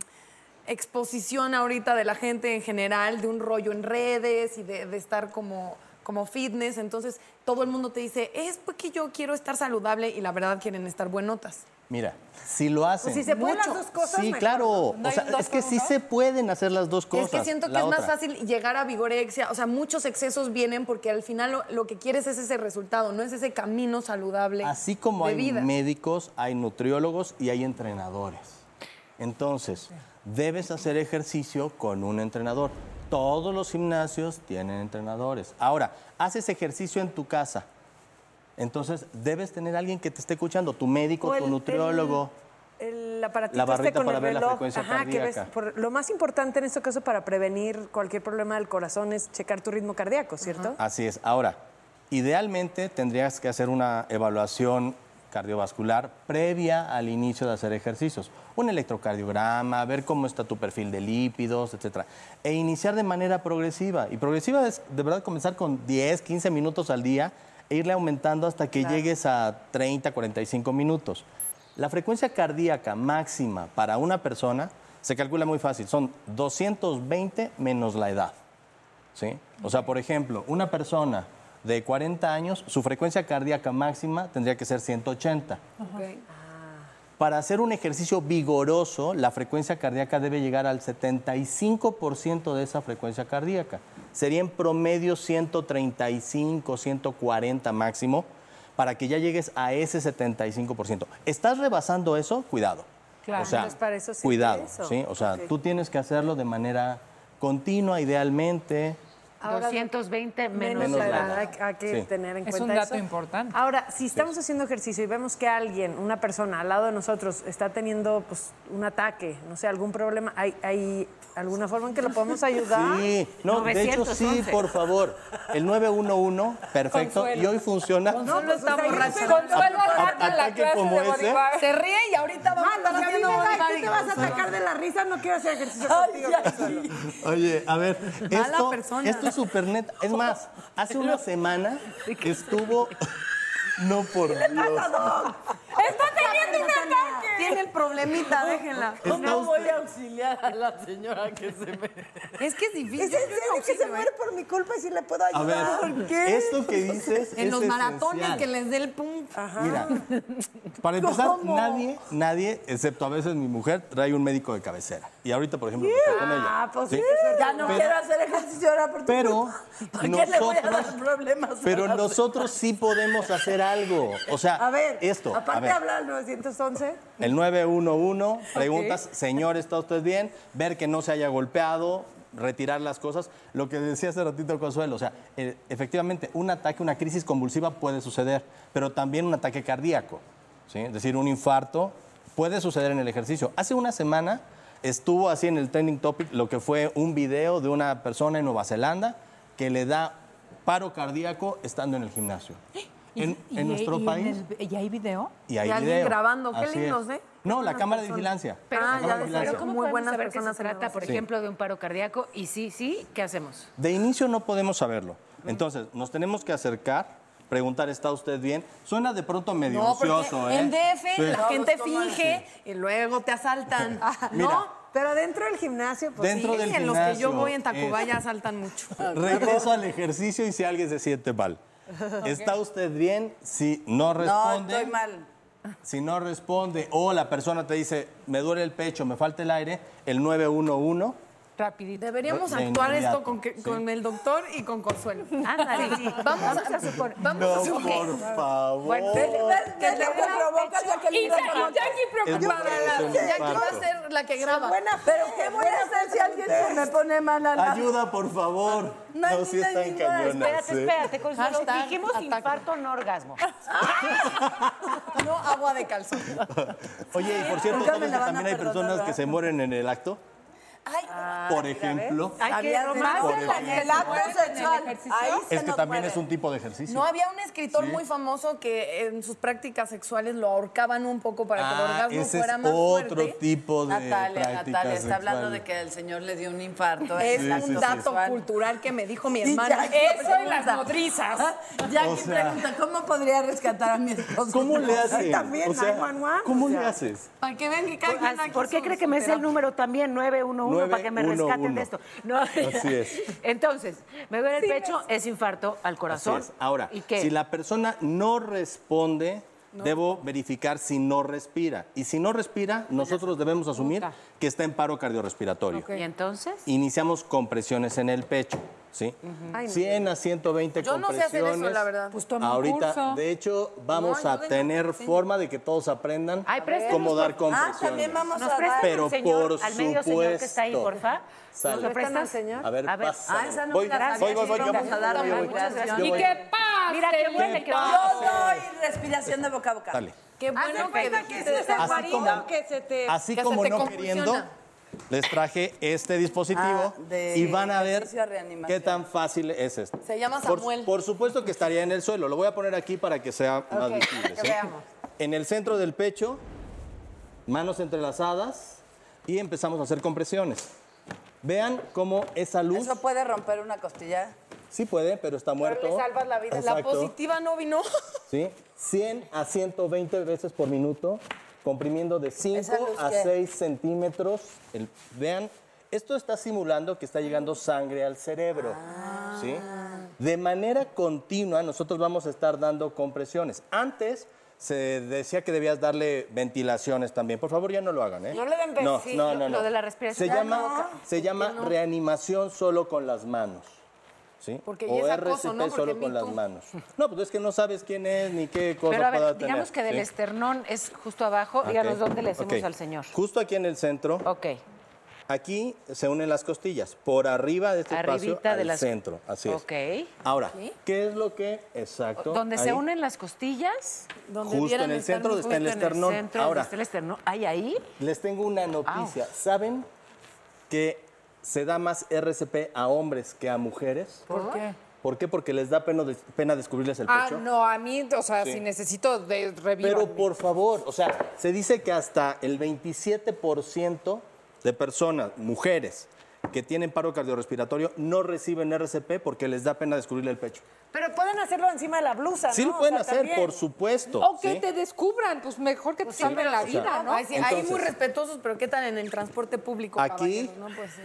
Speaker 3: exposición ahorita de la gente en general, de un rollo en redes y de, de estar como, como fitness. Entonces todo el mundo te dice, es porque yo quiero estar saludable y la verdad quieren estar buenotas.
Speaker 12: Mira, si lo hacen.
Speaker 3: pues, si se pueden las dos cosas,
Speaker 12: Sí,
Speaker 3: mejor,
Speaker 12: claro.
Speaker 3: ¿no? ¿No
Speaker 12: o
Speaker 3: hay
Speaker 12: sea,
Speaker 3: un dos
Speaker 12: es que
Speaker 3: por
Speaker 12: sí
Speaker 3: uno?
Speaker 12: se pueden hacer las dos cosas.
Speaker 3: Es que siento que
Speaker 12: La
Speaker 3: es más
Speaker 12: otra.
Speaker 3: fácil llegar a vigorexia. O sea, muchos excesos vienen porque al final lo, lo que quieres es ese resultado, no es ese camino saludable.
Speaker 12: Así como
Speaker 3: de
Speaker 12: hay
Speaker 3: vida.
Speaker 12: médicos, hay nutriólogos y hay entrenadores. Entonces, debes hacer ejercicio con un entrenador. Todos los gimnasios tienen entrenadores. Ahora, haces ejercicio en tu casa. Entonces, debes tener alguien que te esté escuchando, tu médico,
Speaker 14: O el-
Speaker 12: tu nutriólogo.
Speaker 2: El aparatito
Speaker 12: La
Speaker 2: este
Speaker 12: barrita
Speaker 2: con
Speaker 12: para
Speaker 2: el
Speaker 12: ver la
Speaker 2: reloj.
Speaker 12: frecuencia
Speaker 2: Ajá, que ves.
Speaker 12: cardíaca.
Speaker 2: Por- lo más importante en este caso para prevenir cualquier problema del corazón es checar tu ritmo cardíaco, ¿cierto?
Speaker 12: Así es. Ahora, idealmente tendrías que hacer una evaluación cardiovascular previa al inicio de hacer ejercicios. Un electrocardiograma, ver cómo está tu perfil de lípidos, etcétera. E iniciar de manera progresiva. Y progresiva es de verdad comenzar con 10, 15 minutos al día e irle aumentando hasta que
Speaker 15: Claro.
Speaker 12: llegues a 30, 45 minutos. La frecuencia cardíaca máxima para una persona se calcula muy fácil, son 220 menos la edad. ¿sí? O sea, por ejemplo, una persona de 40 años, su frecuencia cardíaca máxima tendría que ser 180. Para hacer un ejercicio vigoroso, la frecuencia cardíaca debe llegar al 75% de esa frecuencia cardíaca. Sería en promedio 135, 140 máximo, para que ya llegues a ese 75%. ¿Estás rebasando eso? Cuidado.
Speaker 2: Claro,
Speaker 12: O sea,
Speaker 2: entonces para eso sirve
Speaker 12: cuidado,
Speaker 2: eso.
Speaker 12: ¿sí? O sea,
Speaker 2: Ok.
Speaker 12: tú tienes que hacerlo de manera continua, idealmente.
Speaker 4: 220
Speaker 12: menos la edad.
Speaker 2: Hay, hay que
Speaker 12: Sí.
Speaker 2: tener en
Speaker 12: Es
Speaker 2: cuenta
Speaker 12: un dato
Speaker 2: eso.
Speaker 7: importante.
Speaker 2: Ahora, si estamos haciendo ejercicio y vemos que alguien, una persona al lado de nosotros, está teniendo pues, un ataque, no sé, algún problema, ¿hay, hay alguna forma en que lo podemos ayudar?
Speaker 12: Sí, no, de hecho sí, por favor. El 911, perfecto.
Speaker 2: Consuelo.
Speaker 12: Y hoy funciona.
Speaker 3: No, no está borracha.
Speaker 12: Ataque como ese.
Speaker 3: Se ríe y ahorita va a estar
Speaker 14: Manos, y a mí
Speaker 3: haciendo
Speaker 14: me da, ¿y
Speaker 3: bodybuilding.
Speaker 14: tú te vas a atacar de la risa, no quiero hacer ejercicio contigo. Consuelo.
Speaker 12: Oye, a ver,
Speaker 14: Mala
Speaker 12: esto,
Speaker 14: persona.
Speaker 12: esto es súper neta. Es más, hace una semana estuvo... No, por Dios.
Speaker 14: Está teniendo un ataque. Tiene el problemita, déjenla.
Speaker 12: ¿Cómo Está usted-
Speaker 14: voy a auxiliar a la señora que se me...
Speaker 3: Es que ¿eh? es difícil.
Speaker 14: Es en serio que se muere por mi culpa y si le puedo
Speaker 12: A
Speaker 14: ayudar.
Speaker 12: ver, esto que dices
Speaker 3: En
Speaker 12: es
Speaker 3: los maratones
Speaker 12: esencial.
Speaker 3: que les dé el pum. Ajá.
Speaker 12: Mira, Para empezar, nadie, nadie, excepto a veces mi mujer, trae un médico de cabecera. Y ahorita, por ejemplo, estoy con ella.
Speaker 5: Ah, pues
Speaker 12: Sí.
Speaker 5: sí. Ya no
Speaker 12: Pero-
Speaker 5: quiero hacer ejercicio ahora por tu
Speaker 12: Pero
Speaker 5: culpa. ¿Por qué le voy a dar
Speaker 12: nosotros-
Speaker 5: problemas? a
Speaker 12: Pero
Speaker 5: la-
Speaker 12: nosotros sí podemos hacer algo. O sea,
Speaker 5: A ver,
Speaker 12: esto.
Speaker 5: aparte
Speaker 12: a ver,
Speaker 5: habla al 911.
Speaker 12: El 911, preguntas, señores, ¿está usted bien? Ver que no se haya golpeado, retirar las cosas. Lo que decía hace ratito Consuelo, o sea, eh, efectivamente, un ataque, una crisis convulsiva puede suceder, pero también un ataque cardíaco, ¿sí? es decir, un infarto puede suceder en el ejercicio. Hace una semana estuvo así en el trending topic lo que fue un video de una persona en Nueva Zelanda que le da paro cardíaco estando en el gimnasio. En, en nuestro país.
Speaker 7: ¿Y hay video?
Speaker 12: Y hay
Speaker 7: alguien
Speaker 12: video.
Speaker 7: grabando, qué
Speaker 12: Así es.
Speaker 7: lindos, ¿eh?
Speaker 12: No, la
Speaker 7: buenas
Speaker 12: cámara de
Speaker 7: personas.
Speaker 12: vigilancia.
Speaker 4: Pero,
Speaker 12: La
Speaker 4: ah,
Speaker 12: cámara de vigilancia.
Speaker 4: ¿cómo
Speaker 3: Muy
Speaker 4: podemos
Speaker 3: buenas
Speaker 4: saber
Speaker 3: personas
Speaker 4: que se trata, por
Speaker 12: Sí.
Speaker 4: ejemplo, de un paro cardíaco? Y sí, sí, ¿qué hacemos?
Speaker 12: De inicio no podemos saberlo. Entonces, nos tenemos que acercar, preguntar, ¿está usted bien? Suena de pronto medio
Speaker 3: No, porque
Speaker 12: ansioso, ¿eh?
Speaker 3: en DF
Speaker 12: Sí. Ah,
Speaker 3: la gente finge y luego te asaltan.
Speaker 14: Ah,
Speaker 12: Mira.
Speaker 3: ¿No? Pero dentro del gimnasio,
Speaker 12: pues Dentro sí, del
Speaker 3: en los que yo
Speaker 12: gimnasio,
Speaker 3: voy en Tacubaya
Speaker 12: eh.
Speaker 3: asaltan mucho.
Speaker 12: Regreso al ejercicio y si alguien se siente mal. ¿Está usted bien? Si no responde,
Speaker 5: estoy mal.
Speaker 12: si no responde o la persona te dice, me duele el pecho, me falta el aire, el 911
Speaker 3: Rapidito. Deberíamos
Speaker 12: De- de
Speaker 3: actuar esto
Speaker 12: inmediato,
Speaker 3: con, que-
Speaker 12: sí.
Speaker 3: con el doctor y con Consuelo.
Speaker 4: Ándale.
Speaker 3: Sí. Vamos a suponer. Vamos a
Speaker 12: No,
Speaker 3: suponer.
Speaker 12: por favor.
Speaker 3: que te
Speaker 5: provocas ya que
Speaker 3: Y
Speaker 5: le das
Speaker 3: Jackie-
Speaker 5: provocas.
Speaker 3: Jackie preocupada.
Speaker 12: Es un
Speaker 3: Jackie va a
Speaker 12: parto.
Speaker 3: ser la que graba.
Speaker 5: Buena, pero ¿qué voy a hacer si alguien se me pone mal a la...
Speaker 12: Ayuda, por favor. No, sí están cañonas.
Speaker 4: Espérate,
Speaker 12: ¿eh?
Speaker 4: espérate, Consuelo.
Speaker 3: Hashtag
Speaker 4: Dijimos
Speaker 3: ataque.
Speaker 4: infarto, no orgasmo.
Speaker 3: No agua de calzón.
Speaker 12: Oye, y por cierto,
Speaker 5: Nunca me
Speaker 12: ¿sabes
Speaker 5: la
Speaker 12: que
Speaker 5: van a
Speaker 12: también hay
Speaker 5: perdonar,
Speaker 12: personas que
Speaker 5: ¿verdad?
Speaker 12: se mueren en el acto?
Speaker 3: Ah,
Speaker 12: por ejemplo.
Speaker 5: Ay, qué
Speaker 3: más
Speaker 12: Por
Speaker 3: en la-
Speaker 12: ejemplo.
Speaker 3: el acto sexual. Ahí se
Speaker 12: Es que
Speaker 3: nos
Speaker 12: también
Speaker 3: muere.
Speaker 12: es un tipo de ejercicio.
Speaker 3: No había un escritor
Speaker 12: Sí.
Speaker 3: muy famoso que en sus prácticas sexuales lo ahorcaban un poco para que el
Speaker 12: Ah,
Speaker 3: orgasmo
Speaker 12: ese
Speaker 3: fuera
Speaker 12: es
Speaker 3: más
Speaker 12: otro
Speaker 3: fuerte. Ah,
Speaker 12: tipo de
Speaker 5: Natalia,
Speaker 12: prácticas
Speaker 5: Natalia, está hablando de que
Speaker 12: sexuales.
Speaker 5: el señor le dio un infarto.
Speaker 3: Es
Speaker 5: el
Speaker 3: un
Speaker 5: acto
Speaker 3: dato
Speaker 5: sexual.
Speaker 3: cultural que me dijo mi
Speaker 5: Y
Speaker 3: hermana.
Speaker 5: Jackie
Speaker 3: Eso y las
Speaker 5: pregunta.
Speaker 3: nodrizas.
Speaker 5: Jackie
Speaker 12: O sea-
Speaker 5: pregunta, ¿cómo podría rescatar a mi esposo?
Speaker 12: ¿Cómo le haces? O sea, ¿Cómo le haces?
Speaker 3: Para que vean que cada
Speaker 4: ¿Por,
Speaker 3: quien aquí
Speaker 4: por qué
Speaker 3: su-
Speaker 4: cree
Speaker 3: su
Speaker 4: que me sé el
Speaker 3: terapia.
Speaker 4: número también? 911 para que me
Speaker 12: 911.
Speaker 4: rescaten de esto. No.
Speaker 12: Así es.
Speaker 4: Entonces, me duele el pecho, es infarto al
Speaker 12: Así
Speaker 4: corazón.
Speaker 12: es. Ahora,
Speaker 4: ¿Y qué?
Speaker 12: si la persona no responde, debo verificar si no respira. Y si no
Speaker 3: Pues
Speaker 12: respira, nosotros debemos asumir
Speaker 4: Puta.
Speaker 12: que está en paro cardiorrespiratorio.
Speaker 4: ¿Y entonces?
Speaker 12: Iniciamos compresiones en el pecho, ¿sí?
Speaker 3: Ay, no.
Speaker 12: 100 a 120
Speaker 3: Yo no sé
Speaker 12: compresiones.
Speaker 3: hacer eso, la verdad. Pues toma un
Speaker 12: Ahorita,
Speaker 3: curso.
Speaker 12: de hecho, vamos
Speaker 3: No, yo
Speaker 12: a
Speaker 3: vengo,
Speaker 12: tener
Speaker 3: sí.
Speaker 12: forma de que todos aprendan
Speaker 4: Ay, préstanos,
Speaker 12: cómo dar
Speaker 4: por-
Speaker 12: compresiones.
Speaker 5: Ah, también vamos
Speaker 4: Nos
Speaker 5: a
Speaker 4: prestan
Speaker 5: dar.
Speaker 12: Pero
Speaker 4: al señor,
Speaker 12: por
Speaker 4: al medio señor que está ahí,
Speaker 12: supuesto.
Speaker 4: porfa.
Speaker 12: Sale.
Speaker 4: ¿Nos lo
Speaker 12: ¿Prestan
Speaker 4: prestas?
Speaker 12: A ver, pasa.
Speaker 5: Ah, esa no
Speaker 12: voy,
Speaker 5: me la
Speaker 12: voy,
Speaker 5: sabía,
Speaker 12: voy, voy,
Speaker 5: sí,
Speaker 12: yo
Speaker 5: vamos
Speaker 12: voy.
Speaker 5: a dar
Speaker 12: Yo voy.
Speaker 5: divulgación.
Speaker 12: Yo
Speaker 5: Y
Speaker 12: voy.
Speaker 6: ¡Qué pase!
Speaker 4: Mira qué bueno que
Speaker 5: Yo doy respiración de boca a boca.
Speaker 12: Dale.
Speaker 3: Qué bueno que dijiste
Speaker 5: ese
Speaker 3: ese
Speaker 12: Así
Speaker 3: guarito
Speaker 12: como-
Speaker 3: que se te
Speaker 12: Así
Speaker 3: que se
Speaker 12: como
Speaker 3: te
Speaker 12: no
Speaker 3: convulsiona.
Speaker 12: queriendo, les traje este dispositivo
Speaker 5: Ah, de
Speaker 12: y van a ver
Speaker 5: ejercicio de reanimación.
Speaker 12: qué tan fácil es esto.
Speaker 3: Se llama
Speaker 12: Por-
Speaker 3: Samuel.
Speaker 12: Por, supuesto que estaría en el suelo. Lo voy a poner aquí para que sea más visible.
Speaker 3: que
Speaker 12: pues ¿sí?
Speaker 3: veamos.
Speaker 12: En el centro del pecho, manos entrelazadas y empezamos a hacer compresiones. Vean cómo esa luz
Speaker 5: ¿Eso puede romper una costilla?
Speaker 12: sí puede, pero está muerto.
Speaker 3: Le salvas la vida. La
Speaker 12: Exacto.
Speaker 3: positiva no vino.
Speaker 12: ¿sí? 100 a 120 veces por minuto, comprimiendo de 5
Speaker 5: ¿Esa luz
Speaker 12: a
Speaker 5: qué?
Speaker 12: 6 centímetros. El- vean, esto está simulando que está llegando sangre al cerebro.
Speaker 3: Ah.
Speaker 12: ¿sí? De manera continua, nosotros vamos a estar dando compresiones. Antes. Se decía que debías darle ventilaciones también. Por favor, ya no lo hagan, ¿eh?
Speaker 3: No le den ven-
Speaker 12: no,
Speaker 3: sí,
Speaker 12: no,
Speaker 3: lo-
Speaker 12: no, no.
Speaker 4: lo de la respiración.
Speaker 12: Se
Speaker 4: Ya
Speaker 3: Ah,
Speaker 12: llama, se llama reanimación solo con las manos. ¿sí?
Speaker 3: Porque
Speaker 12: o
Speaker 3: ya es acoso,
Speaker 12: RCP
Speaker 3: ¿no? Porque
Speaker 12: solo
Speaker 3: Me
Speaker 12: con las
Speaker 3: Too.
Speaker 12: manos. No, pues es que no sabes quién es ni qué cosa
Speaker 4: Pero a ver,
Speaker 12: pueda tener.
Speaker 4: digamos que del
Speaker 12: ¿sí?
Speaker 4: esternón es justo abajo.
Speaker 12: Ok,
Speaker 4: Díganos dónde le hacemos
Speaker 12: ok.
Speaker 4: al señor.
Speaker 12: Justo aquí en el centro.
Speaker 4: Ok.
Speaker 12: Aquí se unen las costillas, por arriba de este espacio
Speaker 4: Arribita de
Speaker 12: al
Speaker 4: las-
Speaker 12: centro, así es.
Speaker 4: Ok.
Speaker 12: Ahora,
Speaker 4: ¿Sí?
Speaker 12: ¿qué es lo que exacto?
Speaker 4: Donde se
Speaker 12: ahí?
Speaker 4: unen las costillas.
Speaker 3: Donde
Speaker 12: Justo
Speaker 3: vieran
Speaker 12: en el
Speaker 3: estar
Speaker 12: centro
Speaker 3: mis
Speaker 12: está el
Speaker 3: juguetes.
Speaker 4: En el
Speaker 12: esternón.
Speaker 4: centro,
Speaker 12: Ahora.
Speaker 4: donde está el esternón. ¿Hay ahí?
Speaker 12: Les tengo
Speaker 4: Ah.
Speaker 12: una noticia. ¿Saben que se da más RCP a hombres que a mujeres?
Speaker 6: ¿Por qué?
Speaker 12: ¿Por qué? Porque les da pena, des- pena descubrirles el
Speaker 6: Ah,
Speaker 12: pecho.
Speaker 6: no, a mí, o sea,
Speaker 12: Sí.
Speaker 6: si necesito de revivir.
Speaker 12: Pero por favor, o sea, se dice que hasta el 27% de personas, mujeres, que tienen paro cardiorrespiratorio no reciben RCP porque les da pena descubrirle el pecho.
Speaker 14: Pero pueden hacerlo encima de la blusa,
Speaker 12: Sí
Speaker 14: ¿no?
Speaker 12: lo pueden
Speaker 14: O sea,
Speaker 12: hacer,
Speaker 14: también.
Speaker 12: por supuesto.
Speaker 6: O que
Speaker 12: ¿sí?
Speaker 6: te descubran, pues mejor que te salven la
Speaker 12: o sea,
Speaker 6: vida, ¿no?
Speaker 3: Ay, sí, ahí
Speaker 12: Entonces-
Speaker 3: muy respetuosos, pero ¿qué tal en el transporte público?
Speaker 12: Aquí-
Speaker 3: caballeros? No puede ser.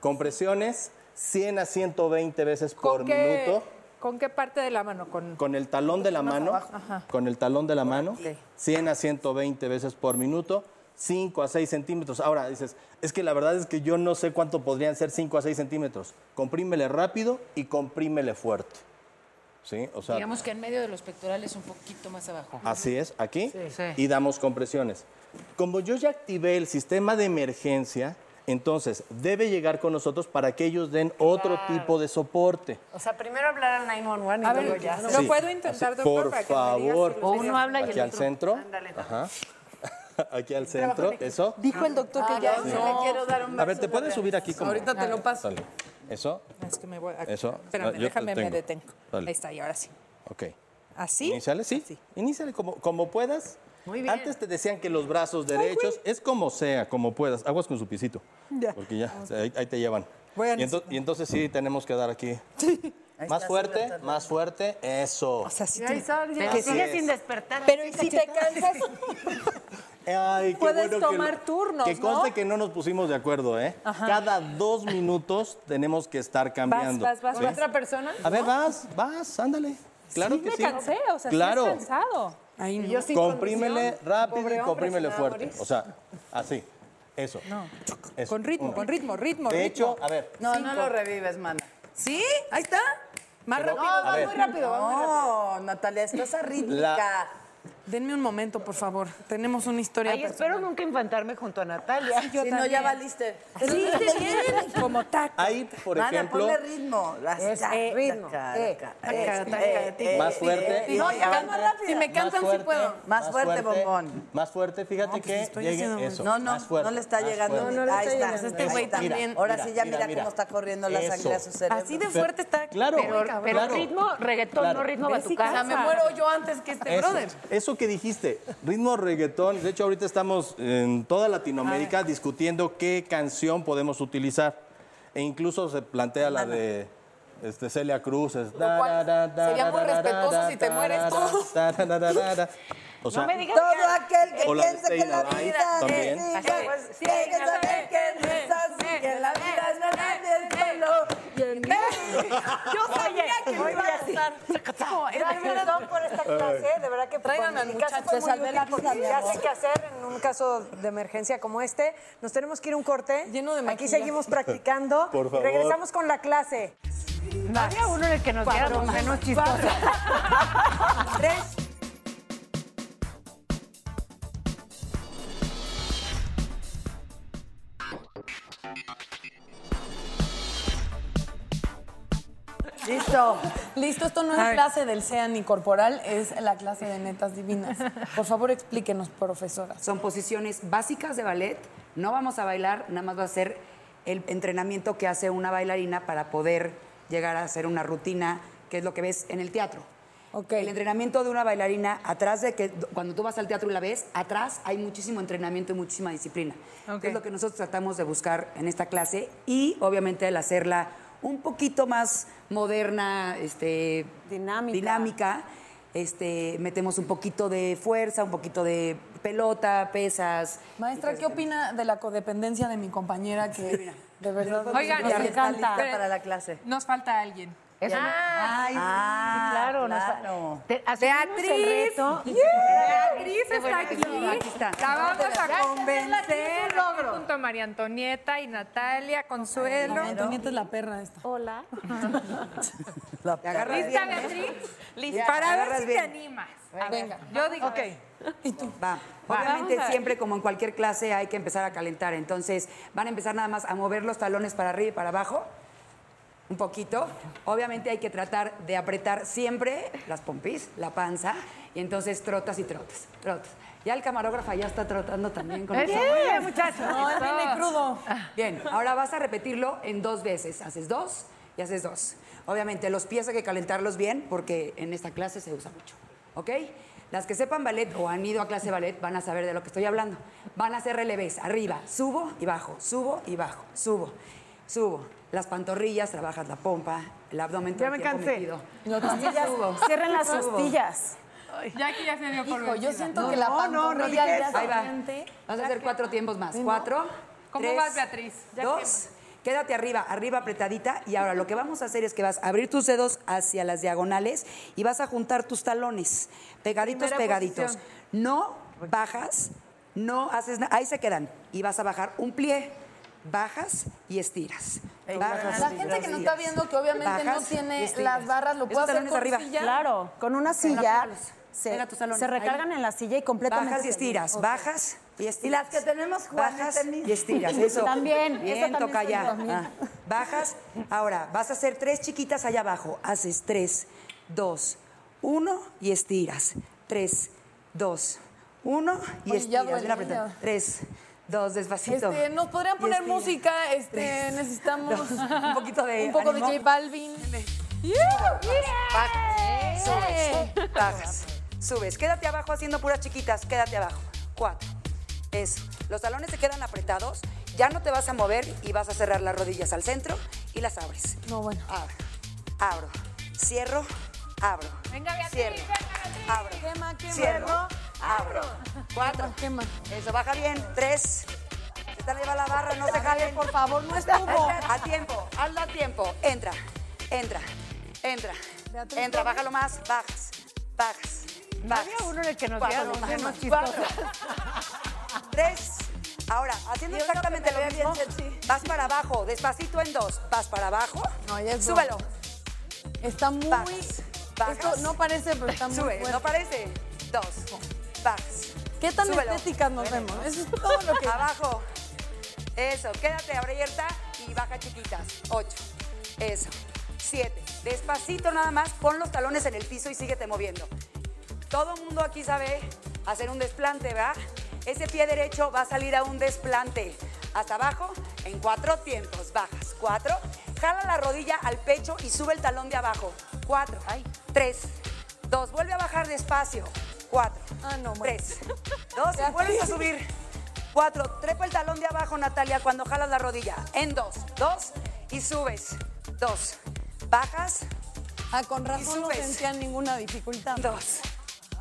Speaker 12: Compresiones 100 a 120 veces por
Speaker 6: ¿Qué-
Speaker 12: minuto
Speaker 6: ¿Con qué parte de la mano? Con,
Speaker 12: con el talón de la
Speaker 6: Más
Speaker 12: mano.
Speaker 6: abajo. Ajá.
Speaker 12: Con el talón de la mano, 100 a 120 veces por minuto, 5 a 6 centímetros. Ahora dices, es que la verdad es que yo no sé cuánto podrían ser 5 a 6 centímetros. Comprímele rápido y comprímele fuerte. ¿Sí? O sea,
Speaker 4: Digamos que en medio de los pectorales un poquito más abajo.
Speaker 12: Así es, aquí.
Speaker 4: Sí. Sí.
Speaker 12: Y damos compresiones. Como yo ya activé el sistema de emergencia, entonces debe llegar con nosotros para que ellos den otro tipo de soporte.
Speaker 2: O sea, primero hablar al 911 y
Speaker 6: A
Speaker 2: luego
Speaker 6: ver,
Speaker 2: ya.
Speaker 6: ¿lo
Speaker 12: Sí,
Speaker 6: puedo intentar,
Speaker 12: así,
Speaker 6: doctor?
Speaker 12: Por
Speaker 6: para que me diga
Speaker 12: favor.
Speaker 6: si lo sé?
Speaker 12: aquí al centro. Ajá. aquí al centro, eso.
Speaker 5: Dijo el doctor
Speaker 3: que ya
Speaker 12: Sí.
Speaker 3: no le quiero dar un
Speaker 12: A
Speaker 3: beso
Speaker 12: ver, ¿te puedes
Speaker 3: de
Speaker 12: subir aquí? Como?
Speaker 3: Ahorita te lo paso.
Speaker 12: Dale. Eso,
Speaker 6: Es que me voy.
Speaker 12: Eso, Ah,
Speaker 6: Espérame,
Speaker 12: yo te
Speaker 6: déjame, me
Speaker 12: tengo.
Speaker 6: detengo.
Speaker 12: Dale.
Speaker 6: Ahí está, y ahora sí.
Speaker 12: ok.
Speaker 6: ¿Así?
Speaker 12: Iniciales, sí. Iníciale como, como puedas. Antes te decían que los brazos derechos, es como sea, como puedas. Aguas con su pisito.
Speaker 5: Ya.
Speaker 12: Porque ya, ahí, ahí te llevan.
Speaker 5: Bueno.
Speaker 12: Y, ento- y entonces sí tenemos que dar aquí. Más fuerte, más fuerte, eso. O sea,
Speaker 5: sí
Speaker 4: Ay, sorry,
Speaker 12: Pero
Speaker 4: que
Speaker 12: así
Speaker 4: sigue
Speaker 12: es.
Speaker 4: sin despertar.
Speaker 5: Pero ¿y si te cansas?
Speaker 12: Ay, qué
Speaker 5: Puedes
Speaker 12: bueno que
Speaker 5: tomar
Speaker 12: lo-
Speaker 5: turnos,
Speaker 12: Que conste
Speaker 5: ¿no?
Speaker 12: que no nos pusimos de acuerdo, ¿eh? Cada dos minutos tenemos que estar cambiando.
Speaker 6: Vas, vas, vas.
Speaker 12: ¿sí?
Speaker 6: ¿Con otra persona?
Speaker 12: A ver, vas, vas, ándale. Claro
Speaker 6: sí,
Speaker 12: que
Speaker 6: me
Speaker 12: sí.
Speaker 6: cansé, o sea,
Speaker 12: claro.
Speaker 6: sí es cansado. Y yo sin
Speaker 12: comprímele
Speaker 6: condición.
Speaker 12: rápido
Speaker 6: Pobre
Speaker 12: y
Speaker 6: hombre, se me
Speaker 12: comprímele
Speaker 6: va a
Speaker 12: fuerte.
Speaker 6: morir.
Speaker 12: O sea, así. Eso. Eso.
Speaker 6: Con ritmo,
Speaker 12: Uno.
Speaker 6: con ritmo, ritmo,
Speaker 12: De
Speaker 6: ritmo.
Speaker 12: hecho, a ver.
Speaker 3: No,
Speaker 12: cinco.
Speaker 3: no lo revives, manda. ¿Sí? Ahí está. Más
Speaker 12: Pero,
Speaker 3: rápido.
Speaker 12: a
Speaker 3: va
Speaker 12: ver.
Speaker 3: muy rápido, va muy rápido.
Speaker 5: No, Natalia, estás arrítmica.
Speaker 3: La- Denme un momento, por favor. Tenemos una historia. Ah,
Speaker 4: Ay, espero nunca infantarme junto a Natalia.
Speaker 3: Sí, yo Si no, ya también. valiste.
Speaker 5: Sí,
Speaker 3: Así.
Speaker 5: bien, como taco.
Speaker 12: Ahí, por
Speaker 5: Mana,
Speaker 12: ejemplo,
Speaker 5: ponle ritmo. Las-
Speaker 3: Es-
Speaker 5: taca,
Speaker 3: eh, ritmo.
Speaker 5: taca,
Speaker 3: Eh,
Speaker 5: taca,
Speaker 3: taca,
Speaker 5: eh,
Speaker 3: taca,
Speaker 5: eh,
Speaker 3: taca.
Speaker 12: Más
Speaker 5: eh,
Speaker 12: fuerte.
Speaker 5: eh,
Speaker 3: No,
Speaker 5: eh,
Speaker 3: ya
Speaker 5: más
Speaker 3: más
Speaker 5: rápido.
Speaker 3: rápido. Si me cansan, sí
Speaker 12: fuerte,
Speaker 3: puedo. pues
Speaker 5: Más fuerte, bombón.
Speaker 12: Más fuerte, fíjate que llegue eso.
Speaker 5: No, no,
Speaker 12: más fuerte,
Speaker 5: no le está
Speaker 12: más
Speaker 5: llegando.
Speaker 12: fuerte.
Speaker 5: ahí está.
Speaker 3: Este
Speaker 5: ahí está. Ahora sí, ya mira,
Speaker 12: mira.
Speaker 5: cómo está corriendo la sangre a
Speaker 12: Eso.
Speaker 5: su cerebro.
Speaker 12: Así de fuerte está- Claro,
Speaker 4: Pero,
Speaker 12: cabrón.
Speaker 4: pero
Speaker 12: claro.
Speaker 4: ritmo reggaetón,
Speaker 12: Claro.
Speaker 4: no ritmo
Speaker 12: Ves
Speaker 3: O sea,
Speaker 4: batucada.
Speaker 3: me muero yo antes que este
Speaker 12: Eso,
Speaker 3: brother.
Speaker 12: eso que dijiste, ritmo reggaetón, de hecho ahorita estamos en toda Latinoamérica discutiendo qué canción podemos utilizar. E incluso se plantea la de este, Celia Cruz. es da, da, da, da,
Speaker 3: sería muy
Speaker 12: da, da,
Speaker 3: respetuoso
Speaker 12: da,
Speaker 3: si te
Speaker 12: da,
Speaker 3: mueres
Speaker 12: da,
Speaker 3: tú.
Speaker 12: da, da, da, da, da, da. O sea,
Speaker 5: Todo aquel que
Speaker 12: O la de
Speaker 5: piense que
Speaker 12: Stay
Speaker 5: la
Speaker 12: Alive
Speaker 5: vida
Speaker 12: también.
Speaker 5: es vida, pues tiene que saber que no es así, que la vida es verdad y es bueno. Y en
Speaker 3: Yo sabía que me iba a pasar.
Speaker 2: Perdón por esta clase, de verdad que
Speaker 3: Traigan
Speaker 2: por
Speaker 3: al
Speaker 2: pues, mi caso
Speaker 3: muchacho.
Speaker 2: fue
Speaker 3: Te
Speaker 2: muy
Speaker 3: salvé
Speaker 2: útil
Speaker 3: la
Speaker 2: porque
Speaker 3: vida, mi
Speaker 2: ya
Speaker 3: amor.
Speaker 2: sé qué hacer en un caso de emergencia como este. Nos tenemos que ir a un corte. Lleno de Aquí
Speaker 3: maquillaje.
Speaker 2: seguimos practicando.
Speaker 12: Por favor.
Speaker 2: Regresamos con la clase.
Speaker 4: Había uno en el que nos
Speaker 2: Cuatro
Speaker 4: diéramos
Speaker 2: más.
Speaker 4: menos chistoso.
Speaker 2: Tres.
Speaker 3: Listo. Listo, esto no es
Speaker 2: Ay.
Speaker 3: clase del SEA ni corporal, es la clase de netas divinas. Por favor, explíquenos, profesora.
Speaker 11: Son posiciones básicas de ballet. No vamos a bailar, nada más va a ser el entrenamiento que hace una bailarina para poder llegar a hacer una rutina, que es lo que ves en el teatro. El entrenamiento de una bailarina, atrás de que cuando tú vas al teatro y la ves, atrás hay muchísimo entrenamiento y muchísima disciplina.
Speaker 3: Ok.
Speaker 11: Es lo que nosotros tratamos de buscar en esta clase y obviamente el hacerla un poquito más moderna, este, dinámica. Este, metemos un poquito de fuerza, un poquito de pelota, pesas.
Speaker 3: Maestra, ¿qué opina de la codependencia de mi compañera que de verdad
Speaker 6: Oigan,
Speaker 3: me
Speaker 6: me encanta.
Speaker 3: encanta
Speaker 6: Para
Speaker 3: la clase?
Speaker 6: Nos falta alguien. Ah,
Speaker 4: Eso.
Speaker 6: Ay, sí,
Speaker 4: claro, nos fa- Te- asumimos el
Speaker 6: Beatriz.
Speaker 4: reto.
Speaker 6: Yeah.
Speaker 4: Beatriz está aquí.
Speaker 6: Aquí está. La vamos a convencer. Junto a María Antonieta y Natalia, Consuelo.
Speaker 3: Antonieta es la perra esta.
Speaker 10: Hola.
Speaker 11: Te agarras
Speaker 6: ¿Lista,
Speaker 11: bien, ¿eh?
Speaker 6: Beatriz?
Speaker 11: Ya,
Speaker 6: Lista.
Speaker 11: te
Speaker 6: Para ver
Speaker 11: agarras
Speaker 6: si
Speaker 11: bien.
Speaker 6: te animas.
Speaker 3: Venga. Venga.
Speaker 6: Yo digo.
Speaker 3: Ok.
Speaker 11: Va.
Speaker 6: Va.
Speaker 11: Obviamente
Speaker 6: Vamos a-
Speaker 11: siempre como en cualquier clase hay que empezar a calentar. Entonces van a empezar nada más a mover los talones para arriba y para abajo. Un poquito. Obviamente hay que tratar de apretar siempre las pompis, la panza. Y entonces trotas y trotas, trotas. Ya el camarógrafo ya está trotando también con
Speaker 4: Eso,
Speaker 11: los
Speaker 4: muy bien, muchachos.
Speaker 3: No, él viene crudo.
Speaker 11: Bien, ahora vas a repetirlo en dos veces. Haces dos y haces dos. Obviamente, los pies hay que calentarlos bien porque en esta clase se usa mucho. ¿Ok? Las que sepan ballet o han ido a clase de ballet van a saber de lo que estoy hablando. Van a hacer relevés. Arriba, subo y bajo, subo y bajo, subo, subo. Las pantorrillas, trabajas la pompa, el abdomen todo
Speaker 3: Ya
Speaker 11: el
Speaker 3: me
Speaker 11: tiempo
Speaker 3: cansé.
Speaker 11: metido.
Speaker 3: No, costillas.
Speaker 11: Subo.
Speaker 14: Cierren las
Speaker 11: Subo.
Speaker 14: costillas.
Speaker 6: Ya aquí ya se dio por
Speaker 3: Hijo, yo
Speaker 6: vencida.
Speaker 3: siento que la
Speaker 11: No, no, no
Speaker 3: pantorrilla
Speaker 11: dije
Speaker 3: ya
Speaker 11: eso.
Speaker 3: se
Speaker 11: Ahí va.
Speaker 3: siente.
Speaker 11: Vas a hacer cuatro tiempos más. Cuatro.
Speaker 6: ¿Cómo
Speaker 11: tres,
Speaker 6: vas, Beatriz? Ya
Speaker 11: dos. Quédate arriba, arriba apretadita. Y ahora lo que vamos a hacer es que vas a abrir tus dedos hacia las diagonales y vas a juntar tus talones. Pegaditos,
Speaker 5: Primera
Speaker 11: pegaditos.
Speaker 5: posición.
Speaker 11: No bajas, no haces nada. Ahí se quedan. Y vas a bajar un plie. Bajas y estiras. Bajas,
Speaker 3: la gente que no está viendo que obviamente
Speaker 11: Bajas
Speaker 3: no
Speaker 11: y
Speaker 3: tiene
Speaker 11: estiras.
Speaker 3: las barras, lo
Speaker 11: Esos
Speaker 3: puede hacer
Speaker 11: talones
Speaker 3: con
Speaker 11: arriba.
Speaker 3: silla.
Speaker 14: Claro, con una silla se,
Speaker 11: Pega tus talones.
Speaker 14: se recargan
Speaker 11: Ahí.
Speaker 14: en la silla y completamente.
Speaker 11: Bajas y estiras, bajas y estiras.
Speaker 14: las que tenemos jugando
Speaker 11: Bajas
Speaker 3: este
Speaker 14: tenis.
Speaker 11: y estiras, eso.
Speaker 14: También,
Speaker 11: Bien,
Speaker 14: eso también
Speaker 11: toca
Speaker 14: soy
Speaker 11: ya.
Speaker 14: yo.
Speaker 11: Ah, Bajas, ahora vas a hacer tres chiquitas allá abajo. Haces tres, dos, uno y estiras. Tres, dos, uno y
Speaker 3: Oye, ya
Speaker 11: estiras. Bien
Speaker 3: duele,
Speaker 11: apretado.
Speaker 3: ya.
Speaker 11: Tres, dos, despacito.
Speaker 3: Este, nos podrían
Speaker 11: Y
Speaker 3: poner
Speaker 11: estira.
Speaker 3: música, este,
Speaker 11: Tres,
Speaker 3: necesitamos
Speaker 11: dos, un poquito de
Speaker 3: un poco
Speaker 11: ánimo.
Speaker 3: de J Balvin.
Speaker 11: Bajas, subes, bajas, subes. Quédate abajo haciendo puras chiquitas, quédate abajo. Cuatro. Eso. Los talones se quedan apretados, ya no te vas a mover y vas a cerrar las rodillas al centro y las abres.
Speaker 3: No, bueno.
Speaker 11: Abro, abro, cierro, abro.
Speaker 3: Venga, Beatriz,
Speaker 11: Cierro, abro, cierro, abro. Cuatro. Eso, baja bien. Tres. Se te lleva la barra, no se jale. Por favor, no
Speaker 3: estuvo.
Speaker 11: A tiempo, hazlo a tiempo. Entra, entra, entra.
Speaker 3: Beatriz,
Speaker 11: Entra,
Speaker 3: ¿cómo?
Speaker 11: bájalo más, bajas, bajas, bajas.
Speaker 4: había uno en el que nos ¿eh?
Speaker 11: Cuatro,
Speaker 4: diera los
Speaker 11: bajas,
Speaker 4: temas
Speaker 11: cuatro.
Speaker 4: chistosos.
Speaker 11: Tres. Ahora, haciendo exactamente lo mismo, vas para abajo, despacito en dos, vas para abajo,
Speaker 3: No, ya es
Speaker 11: súbelo,
Speaker 3: broma. Está muy. Esto
Speaker 11: bajas.
Speaker 3: no parece, pero está muy
Speaker 11: sube,
Speaker 3: fuerte.
Speaker 11: no parece, dos, bajas,
Speaker 3: ¿Qué tan
Speaker 11: Súbelo.
Speaker 3: estéticas nos
Speaker 11: Bueno,
Speaker 3: vemos? Eso es todo lo que.
Speaker 11: Abajo. Eso, quédate abierta y baja chiquitas. Ocho. Eso. Siete. Despacito nada más, pon los talones en el piso y síguete moviendo. Todo el mundo aquí sabe hacer un desplante, ¿verdad? Ese pie derecho va a salir a un desplante. Hasta abajo, en cuatro tiempos. Bajas. Cuatro. Jala la rodilla al pecho y sube el talón de abajo. Cuatro. Tres. Dos. Vuelve a bajar despacio. Cuatro.
Speaker 3: Ah,
Speaker 11: Tres. Dos. Y vuelves a subir. Cuatro, trepa el talón de abajo, Natalia, cuando jalas la rodilla. En dos, dos y subes. Dos, bajas.
Speaker 3: Ah, con razón no
Speaker 11: subes.
Speaker 3: sentía ninguna dificultad. Ah,
Speaker 11: Dos.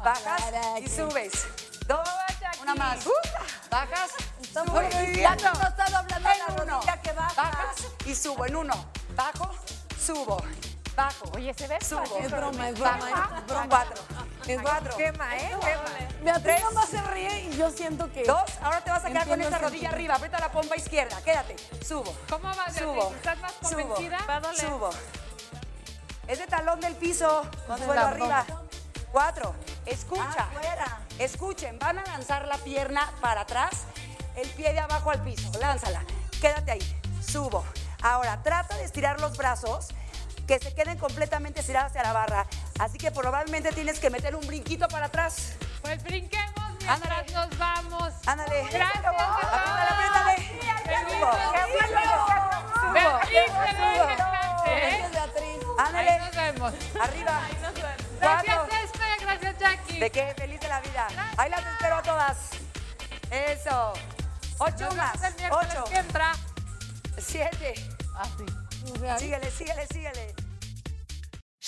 Speaker 11: Bajas y subes. Dos, una más. Bajas,
Speaker 3: muy
Speaker 11: subes.
Speaker 3: bien.
Speaker 11: Ya no
Speaker 3: está doblando
Speaker 11: en uno. Bajas y subo en uno. Bajo, subo. Bajo. Oye, se ve. Subo.
Speaker 3: Es broma, es broma,
Speaker 11: Bajo,
Speaker 3: es broma.
Speaker 11: Cuatro. Es cuatro.
Speaker 3: Quema, ¿eh? Quema. Me
Speaker 11: Tres.
Speaker 3: atrevo más se ríe y yo siento que.
Speaker 11: Dos, ahora te vas a quedar con
Speaker 3: Entiendo
Speaker 11: esta
Speaker 3: el
Speaker 11: rodilla
Speaker 3: sentido.
Speaker 11: arriba, aprieta la pompa izquierda, quédate, subo. ¿Cómo vas, Subo, ¿Estás más convencida? Subo, Es de talón del piso, consuelo
Speaker 3: la
Speaker 11: arriba. Cuatro, escucha, escuchen, van a lanzar la pierna para atrás, el pie de abajo al piso, lánzala, quédate ahí, subo. Ahora, trata de estirar los brazos, que se queden completamente estirados hacia la barra, así que probablemente tienes que meter un brinquito para atrás.
Speaker 15: Pues brinquemos mientras nos vamos.
Speaker 11: Ándale.
Speaker 15: Gracias.
Speaker 11: Apriétale, apriétale. Subo. Subo.
Speaker 15: Beatriz, te veo
Speaker 11: Subo.
Speaker 15: encantante, ¿eh?
Speaker 11: Ándale.
Speaker 15: Ahí nos vemos.
Speaker 11: Arriba.
Speaker 15: Gracias,
Speaker 11: Cuatro.
Speaker 15: Esther. Gracias, Jackie.
Speaker 11: De qué feliz de la vida. Ahí las espero a todas. Eso. Ocho
Speaker 15: Nos
Speaker 11: más.
Speaker 15: vemos el miércoles
Speaker 11: Ocho.
Speaker 15: que entra.
Speaker 11: Siete. Síguele, síguele, síguele.